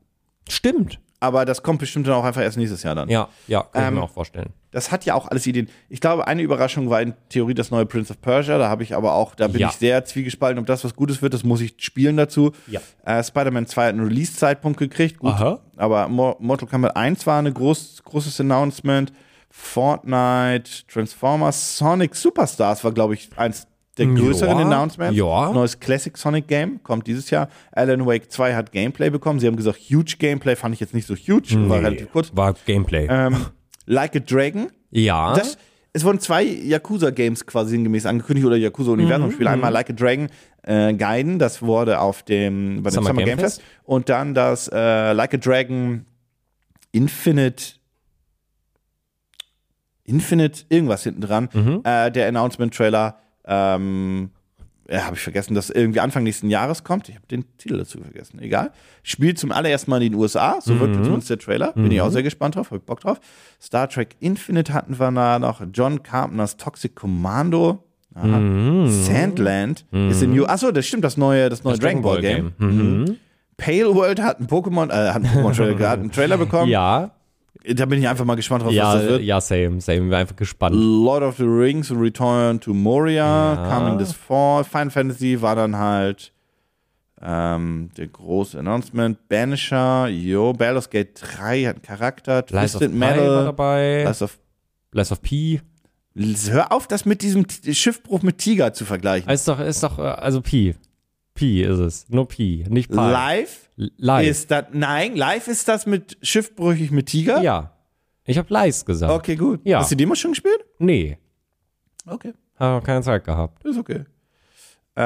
Stimmt.
Aber das kommt bestimmt dann auch einfach erst nächstes Jahr dann.
Ja, ja, kann ich
Ähm,
mir auch vorstellen.
Das hat ja auch alles Ideen. Ich glaube, eine Überraschung war in Theorie das neue Prince of Persia. Da habe ich aber auch, da bin
Ja.
ich sehr zwiegespalten, ob das was Gutes wird. Das muss ich spielen dazu.
Ja.
Äh, Spider-Man 2 hat einen Release-Zeitpunkt gekriegt. Gut.
Aha.
Aber Mo- Mortal Kombat 1 war ein groß, großes Announcement. Fortnite, Transformers, Sonic Superstars war, glaube ich, eins der größeren
Ja.
Announcements.
Ja.
Neues Classic Sonic Game kommt dieses Jahr. Alan Wake 2 hat Gameplay bekommen. Sie haben gesagt, huge Gameplay fand ich jetzt nicht so huge,
Hm.
war relativ kurz.
War Gameplay.
Ähm, like a Dragon
ja.
das, es wurden zwei Yakuza-Games quasi sinngemäß angekündigt oder Yakuza-Universum-Spiele. Einmal Like a Dragon äh, Gaiden, das wurde auf dem, bei dem Summer, Game, Fest. Und dann das äh, Like a Dragon Infinite. Infinite, irgendwas hinten dran. Äh, der Announcement-Trailer, ähm, ja, habe ich vergessen, dass irgendwie Anfang nächsten Jahres kommt. Ich habe den Titel dazu vergessen. Egal. Spielt zum allerersten Mal in den USA. So wirkt zumindest der Trailer. Bin ich auch sehr gespannt drauf. Habe ich Bock drauf. Star Trek Infinite hatten wir da noch. John Carpenters Toxic Commando. Aha. Sandland ist in New. Achso, das stimmt, das neue, Mhm. das neue Dragon Ball Game.
Mhm.
Mhm. Pale World hat einen Pokémon, äh, hat einen <laughs> Pokémon-Trailer, hat einen Trailer bekommen.
Ja,
Da bin ich einfach mal gespannt drauf, was das
ja,
wird.
ja, same, same. Wir waren einfach gespannt.
Lord of the Rings, Return to Moria, Coming This Fall, Final Fantasy war dann halt ähm, der große Announcement, Banisher, yo, Baldur's Gate 3 hat einen Charakter,
Lies of
Twisted
Pi war
Metal,
dabei.
Lies of
Lies of Pi.
Hör auf, das mit diesem T- Schiffbruch mit Tiger zu vergleichen.
Ist doch, ist doch, äh, also Pi. Pi ist es. Nur Pi, nicht Pi.
Live
Live.
ist das, nein, live ist das mit Schiffbrüchig mit Tiger?
Ja. Ich habe Lies gesagt.
Okay, gut.
Ja.
Hast du die Demo schon gespielt?
Nee.
Okay.
Habe noch keine Zeit gehabt.
Ist okay.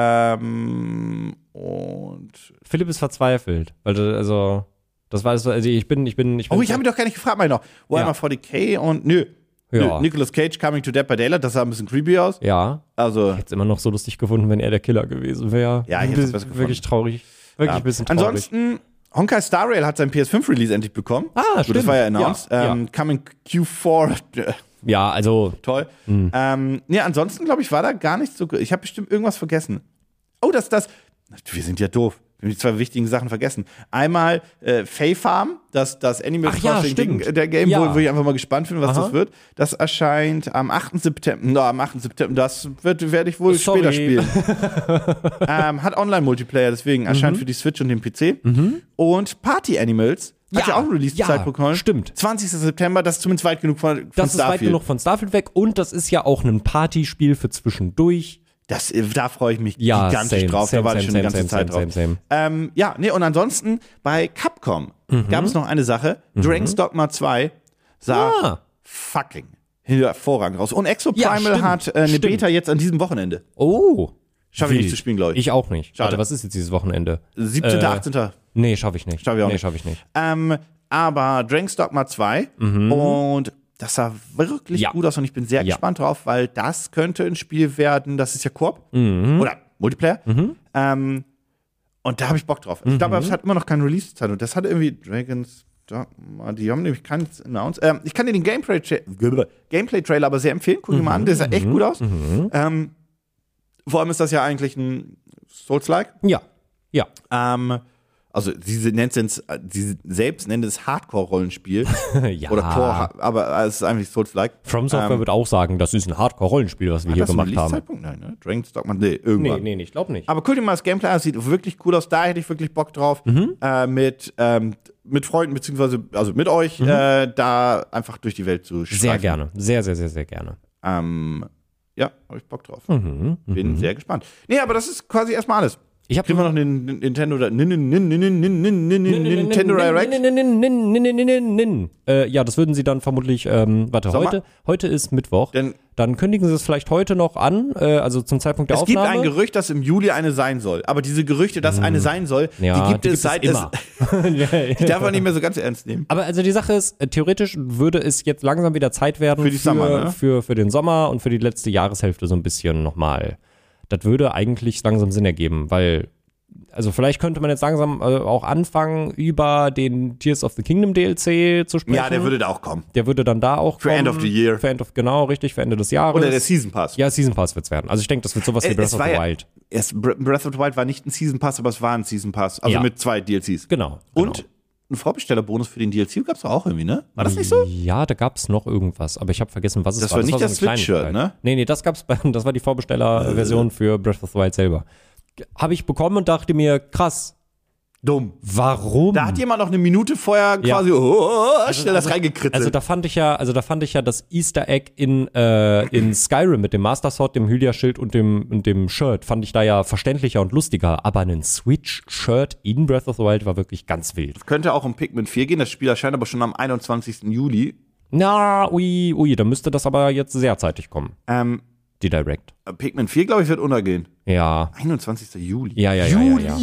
Ähm, und
Philipp ist verzweifelt. Weil, du- also, das war es, also ich bin, ich bin, ich bin.
Oh, ich habe mich doch gar nicht gefragt, meine noch. Warhammer
Ja.
40k und nö.
Ja.
nö. Nicolas Cage Coming to Dead by Daylight, das sah ein bisschen creepy aus.
Ja.
Also,
Hätte es immer noch so lustig gefunden, wenn er der Killer gewesen wäre.
Ja, ich hätte es besser gefunden.
Wirklich traurig. Wirklich
ja.
ein bisschen traurig.
ansonsten, Honkai Star Rail hat sein PS5-Release endlich bekommen.
Ah,
Gut, Das
stimmt.
war ja announced.
Ja,
Ähm, Coming Q4, äh,
ja, also,
toll. Ähm, nee, ansonsten, glaube ich, war da gar nicht so. Ich habe bestimmt irgendwas vergessen. Oh, das, das. Wir sind ja doof. Wir haben die zwei wichtigen Sachen vergessen. Einmal äh, Fae Farm, das, das Animal
Ach ja,
Crossing Ding,
stimmt.
äh, der Game,
Ja.
wo, wo ich einfach mal gespannt bin, was
Aha.
das wird. Das erscheint am 8. September. Na, am 8. September, das wird, werde ich wohl
Sorry.
später
<laughs>
spielen. ähm, hat Online-Multiplayer, deswegen
Mhm.
erscheint für die Switch und den PC. Und Party Animals hat ja,
Ja,
auch einen Release-Zeitpunkt.
ja, stimmt.
20. September, das ist zumindest weit genug von, von
das ist weit
Starfield.
genug von Starfield weg und das ist ja auch ein Partyspiel für zwischendurch.
Das, äh, da freue ich mich
Ja,
gigantisch
same,
drauf.
same,
da war ich
same,
schon die ganze
same,
Zeit
same,
drauf.
same, Mhm.
Ähm, ja, nee, und ansonsten bei Capcom gab es noch eine Sache. Dragon's Dogma 2 sah
Ah.
fucking hervorragend raus. Und
Ja,
Exoprimal
stimmt,
hat äh, eine
stimmt.
Beta jetzt an diesem Wochenende.
Oh.
Schaffe ich
Wild.
nicht zu spielen, glaube ich.
Ich auch nicht.
Schade.
Warte, was ist jetzt dieses Wochenende?
17.
Äh,
18.
Nee, schaffe ich nicht.
Schaff ich auch
nee,
nicht.
schaffe ich nicht.
Ähm, aber Dragon's Dogma 2 und das sah wirklich
Mhm. Ja.
gut aus und ich bin sehr
Ja.
gespannt drauf, weil das könnte ein Spiel werden, das ist ja Koop
Mhm.
oder Multiplayer. Ähm, und da habe ich Bock drauf. Ich
Mhm.
glaube, es hat immer noch keinen Release-Zeit und das hat irgendwie Dragon's Dogma, die haben nämlich keinen announced. Ähm, ich kann dir den Gameplay-Trailer Gameplay -Trailer aber sehr empfehlen. Guck dir mal an, der
Mhm.
sah echt gut aus. Ähm, vor allem ist das ja eigentlich ein Souls-like.
Ja. Ja. <laughs>
Ähm, also sie nennt es, sie selbst nennt es
<laughs>
Hardcore-Rollenspiel
ja.
oder Core, aber es ist eigentlich Souls-like.
From Software wird auch sagen, das ist ein Hardcore-Rollenspiel, was wir hier
Das ist ein
gemacht haben.
Release-Zeitpunkt? Nein, ne? Dragon's Dogma, nee, irgendwann.
Nee, nee, nee, ich glaube nicht.
Aber guck dir mal das Gameplay an, das sieht wirklich cool aus. Da hätte ich wirklich Bock drauf,
Mhm.
äh, mit, ähm, mit Freunden, beziehungsweise also mit euch, äh, da einfach durch die Welt zu schreiben.
Mhm. Sehr gerne. Sehr, sehr, sehr, sehr gerne.
Ähm, ja, habe ich Bock drauf. Bin sehr gespannt. Nee, aber das ist quasi erstmal alles.
Mhm, Ich hab-
Kriegen wir noch einen Nintendo oder Nintendo Direct?
Äh, Ja, das würden sie dann vermutlich, ähm, warte,
Sommer?
heute, heute ist Mittwoch.
Dann-
Dann kündigen sie es vielleicht heute noch an, äh, also zum Zeitpunkt der
Es gibt
Aufnahme.
ein Gerücht, dass im Juli eine sein soll. Aber diese Gerüchte, dass eine sein soll,
Hm. ja,
die gibt es seit
immer.
es. Die <laughs> darf man nicht mehr so ganz ernst nehmen.
<laughs> Aber also die Sache ist, äh, theoretisch würde es jetzt langsam wieder Zeit werden
Für die Sommer, ne?
für, für den Sommer und für die letzte Jahreshälfte so ein bisschen nochmal. Das würde eigentlich langsam Sinn ergeben, weil, also vielleicht könnte man jetzt langsam äh, auch anfangen, über den Tears of the Kingdom DLC zu sprechen.
Ja, der würde da auch kommen.
Der würde dann da auch
Für
kommen.
End of the Year.
Für End of, genau, richtig, für Ende des Jahres.
Oder der Season Pass.
ja, Season Pass wird's werden. Also ich denke, das wird sowas wie
Äh,
Breath of the
war ja-
Wild.
Es, Breath of the Wild war nicht ein Season Pass, aber es war ein Season Pass. Also
Ja.
mit zwei DLCs.
Genau. genau.
Und einen Vorbestellerbonus für den DLC, gab es auch irgendwie, ne? War das nicht so?
Ja, da gab es noch irgendwas, aber ich habe vergessen, was es
Das
war.
war nicht
war
das
so eine
Switch-Shirt,
Kleinigkeit.
ne? Äh.
Nee, nee, das gab's bei, <laughs> das war die Vorbesteller-Version für Breath of the Wild selber. Habe ich bekommen und dachte mir, krass,
Dumm.
warum?
Da hat jemand noch eine Minute vorher
Hm. Ja.
quasi oh, oh, oh, schnell das reingekritzelt.
also da fand ich ja, also da fand ich ja das Easter Egg in, äh, in Skyrim mit dem Master Sword, dem Hylia-Schild und dem, und dem Shirt fand ich da ja verständlicher und lustiger, aber einen Switch-Shirt in Breath of the Wild war wirklich ganz wild.
könnte auch um Pikmin 4 gehen. Das Spiel erscheint aber schon am 21. Juli.
Na, ui, ui, da müsste das aber jetzt sehr zeitig kommen,
Ähm,
die Direct.
Pikmin 4, glaube ich, wird untergehen.
Ja.
21. Juli.
Ja, ja, ja, ja,
Juli.
ja.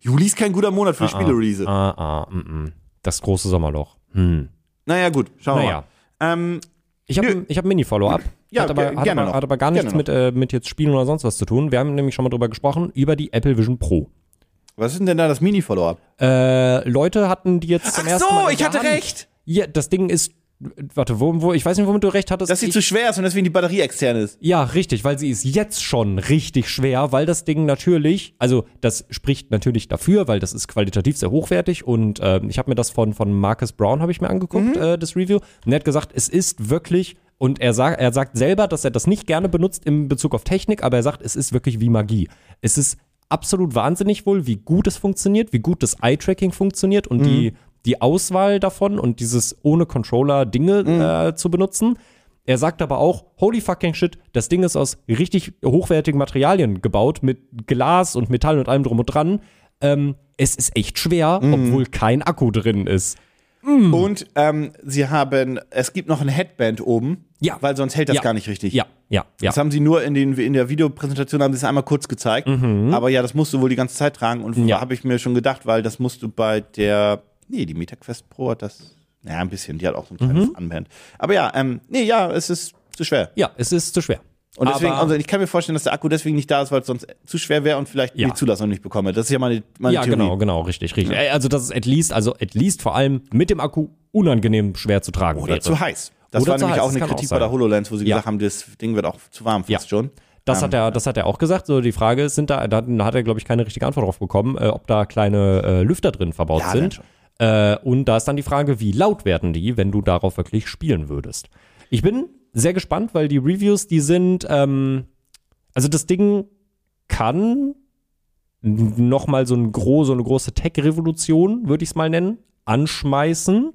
Juli ist kein guter Monat für Spiele-Release.
Ah, ah, mm, mm. Das große Sommerloch. Hm.
Naja, gut, schauen wir
Naja.
mal. Ähm,
Ich habe ich hab ein Mini-Follow-up.
Ja,
hat aber,
ge-
hat
gerne
aber,
noch.
hat aber gar nichts
Gerne
mit, äh, mit jetzt Spielen oder sonst was zu tun. Wir haben nämlich schon mal drüber gesprochen, über die Apple Vision Pro.
was ist denn da das Mini-Follow-up?
Äh, Leute hatten die jetzt zum ersten Mal in der Hand. Ja, das Ding ist, warte, wo, wo, ich weiß nicht, womit du recht hattest.
Dass sie
ich,
zu schwer ist und deswegen die Batterie extern ist.
Ja, richtig, weil sie ist jetzt schon richtig schwer, weil das Ding natürlich, also das spricht natürlich dafür, weil das ist qualitativ sehr hochwertig und ähm, ich habe mir das von, von Marcus Brown, habe ich mir angeguckt, äh, das Review. Und er hat gesagt, es ist wirklich, und er, sag, er sagt selber, dass er das nicht gerne benutzt in Bezug auf Technik, aber er sagt, es ist wirklich wie Magie. Es ist absolut wahnsinnig wohl, wie gut es funktioniert, wie gut das Eye-Tracking funktioniert und die, die Auswahl davon und dieses ohne Controller Dinge äh, zu benutzen. Er sagt aber auch, holy fucking shit, das Ding ist aus richtig hochwertigen Materialien gebaut, mit Glas und Metall und allem drum und dran. Ähm, es ist echt schwer,
Mhm.
obwohl kein Akku drin ist. Hm.
Und ähm, sie haben, es gibt noch ein Headband oben,
Ja.
weil sonst hält das
Ja.
gar nicht richtig.
Ja, ja, ja.
Das haben sie nur in, den, in der Videopräsentation haben sie es einmal kurz gezeigt. Aber ja, das musst du wohl die ganze Zeit tragen. Und
Mhm. Ja.
da habe ich mir schon gedacht, weil das musst du bei der. Nee, die MetaQuest Pro hat das. Naja, ein bisschen. Die hat auch so ein kleines
Mhm.
Unband. Aber ja, ähm, nee, ja, es ist zu schwer.
Ja, es ist zu schwer.
Und deswegen,
aber,
also ich kann mir vorstellen, dass der Akku deswegen nicht da ist, weil es sonst zu schwer wäre und vielleicht
Ja.
die Zulassung nicht bekomme. Das ist ja meine, meine
ja,
Theorie.
genau, genau, richtig, richtig. Äh, Also das ist at least, also at least vor allem mit dem Akku unangenehm schwer zu tragen
Oder
wäre.
zu heiß. Das
Oder
war
zu
nämlich
heiß,
auch
das
eine
kann auch
Kritik bei der
sein.
HoloLens, wo sie
Ja.
gesagt haben, das Ding wird auch zu warm fast
Ja.
schon. Ähm,
Das hat er, das hat er auch gesagt. So die Frage ist, sind da, da hat er glaube ich keine richtige Antwort drauf bekommen, äh, ob da kleine äh, Lüfter drin verbaut
Ja, dann
sind.
schon.
Äh, und da ist dann die Frage, wie laut werden die, wenn du darauf wirklich spielen würdest. Ich bin sehr gespannt, weil die Reviews, die sind, ähm, also das Ding kann noch mal so, ein gro so eine große Tech-Revolution, würde ich es mal nennen, anschmeißen.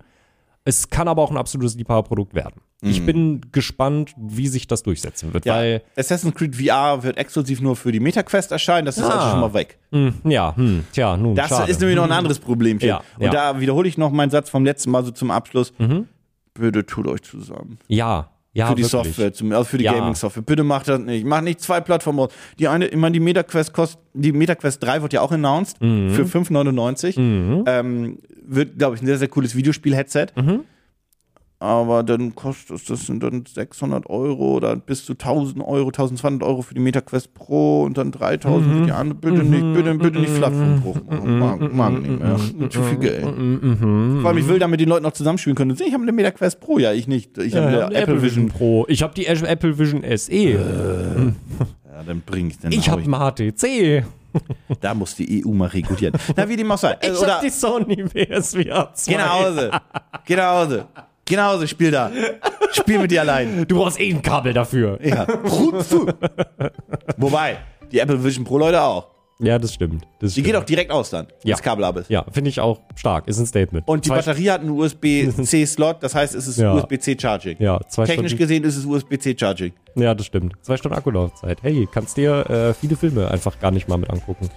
Es kann aber auch ein absolutes Liebhaberprodukt werden. Ich bin gespannt, wie sich das durchsetzen wird,
Mhm. Ja.
weil
Assassin's Creed VR wird exklusiv nur für die MetaQuest erscheinen. Das ist also
Ah.
schon mal weg.
Hm, ja, hm, tja, nun,
Das
schade. Mhm.
ist nämlich noch ein anderes Problemchen.
Ja,
und
ja. Mhm.
da wiederhole ich noch meinen Satz vom letzten Mal so zum Abschluss. Bitte tut euch zusammen.
ja, ja,
Für die
wirklich.
Software, zum, also für die
Ja.
Gaming-Software. Bitte macht das nicht. Macht nicht zwei Plattformen raus. Die eine, ich meine, die MetaQuest kostet, die MetaQuest 3 wird ja auch announced
Mhm.
für 5,99. Ähm, wird, glaube ich, ein sehr, sehr cooles Videospiel-Headset.
Mhm.
Aber dann kostet es, das sind dann 600 Euro oder bis zu 1000 Euro, 1200 Euro für die MetaQuest Pro und dann 3000 für
Mhm.
die andere. Bitte nicht, bitte, bitte nicht Plattformbruch. machen. Mag, mag nicht
Mhm.
mehr. Zu viel Geld. Vor allem, ich will damit die Leute noch zusammenspielen können. Ich habe eine MetaQuest Pro, ja, ich nicht. Ich habe
Ja,
eine Apple Vision Äh,
Pro. Ich habe die Ash- Apple Vision SE.
Ja, dann bring ich den
ich habe ein HTC.
Da muss die EU mal regulieren. Na, wie dem auch sei. Äh,
<laughs> Ich
Oder Genau.
habe die Sony PSVR 2.
genauso. Genauso. Genauso, spiel da. Spiel mit dir allein.
Du brauchst eh ein Kabel dafür.
Ja. Rupfu. Wobei, die Apple Vision Pro Leute auch.
Ja, das stimmt. Das
Die
stimmt.
geht auch direkt aus dann, wenn
Ja.
das Kabel ab ist.
Ja, finde ich auch stark. Ist ein Statement.
Und die
Zwei-
Batterie hat einen USB-C-Slot, das heißt, es ist
Ja.
USB-C-Charging.
Ja, zwei
Technisch
Stunden-
gesehen ist es USB-C-Charging.
Ja, das stimmt. Zwei Stunden Akkulaufzeit. Hey, kannst dir äh, viele Filme einfach gar nicht mal mit angucken.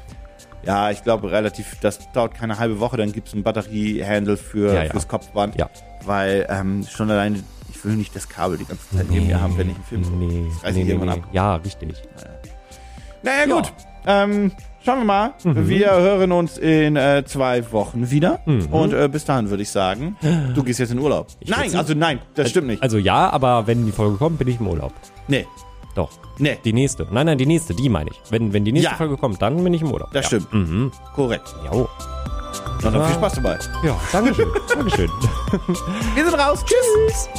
Ja, ich glaube relativ, das dauert keine halbe Woche, dann gibt es einen Batteriehandle für,
Ja, ja.
fürs Kopfband.
Ja.
Weil ähm, schon alleine, ich will nicht das Kabel die ganze Zeit neben mir haben, wenn ich einen Film gucke.
Nee,
Das reiß
nee,
ich
nee,
irgendwann
nee.
ab.
Ja, richtig.
Naja, gut. Ähm, schauen wir mal.
Mhm.
Wir hören uns in äh, zwei Wochen wieder. Und äh, bis dahin würde ich sagen, du gehst jetzt in Urlaub. nein,
jetzt-
also nein, das stimmt nicht.
Also ja, aber wenn die Folge kommt, bin ich im Urlaub.
nee,
Doch.
nee,
Die nächste. Nein, nein, die nächste, die meine ich. Wenn, wenn die nächste
Ja.
Folge kommt, dann bin ich im Urlaub. oh.
das
ja. Mhm.
stimmt. Korrekt.
Jo.
Und dann viel Spaß dabei. <laughs>
Ja, Dankeschön. Dankeschön.
Wir sind raus. Tschüss.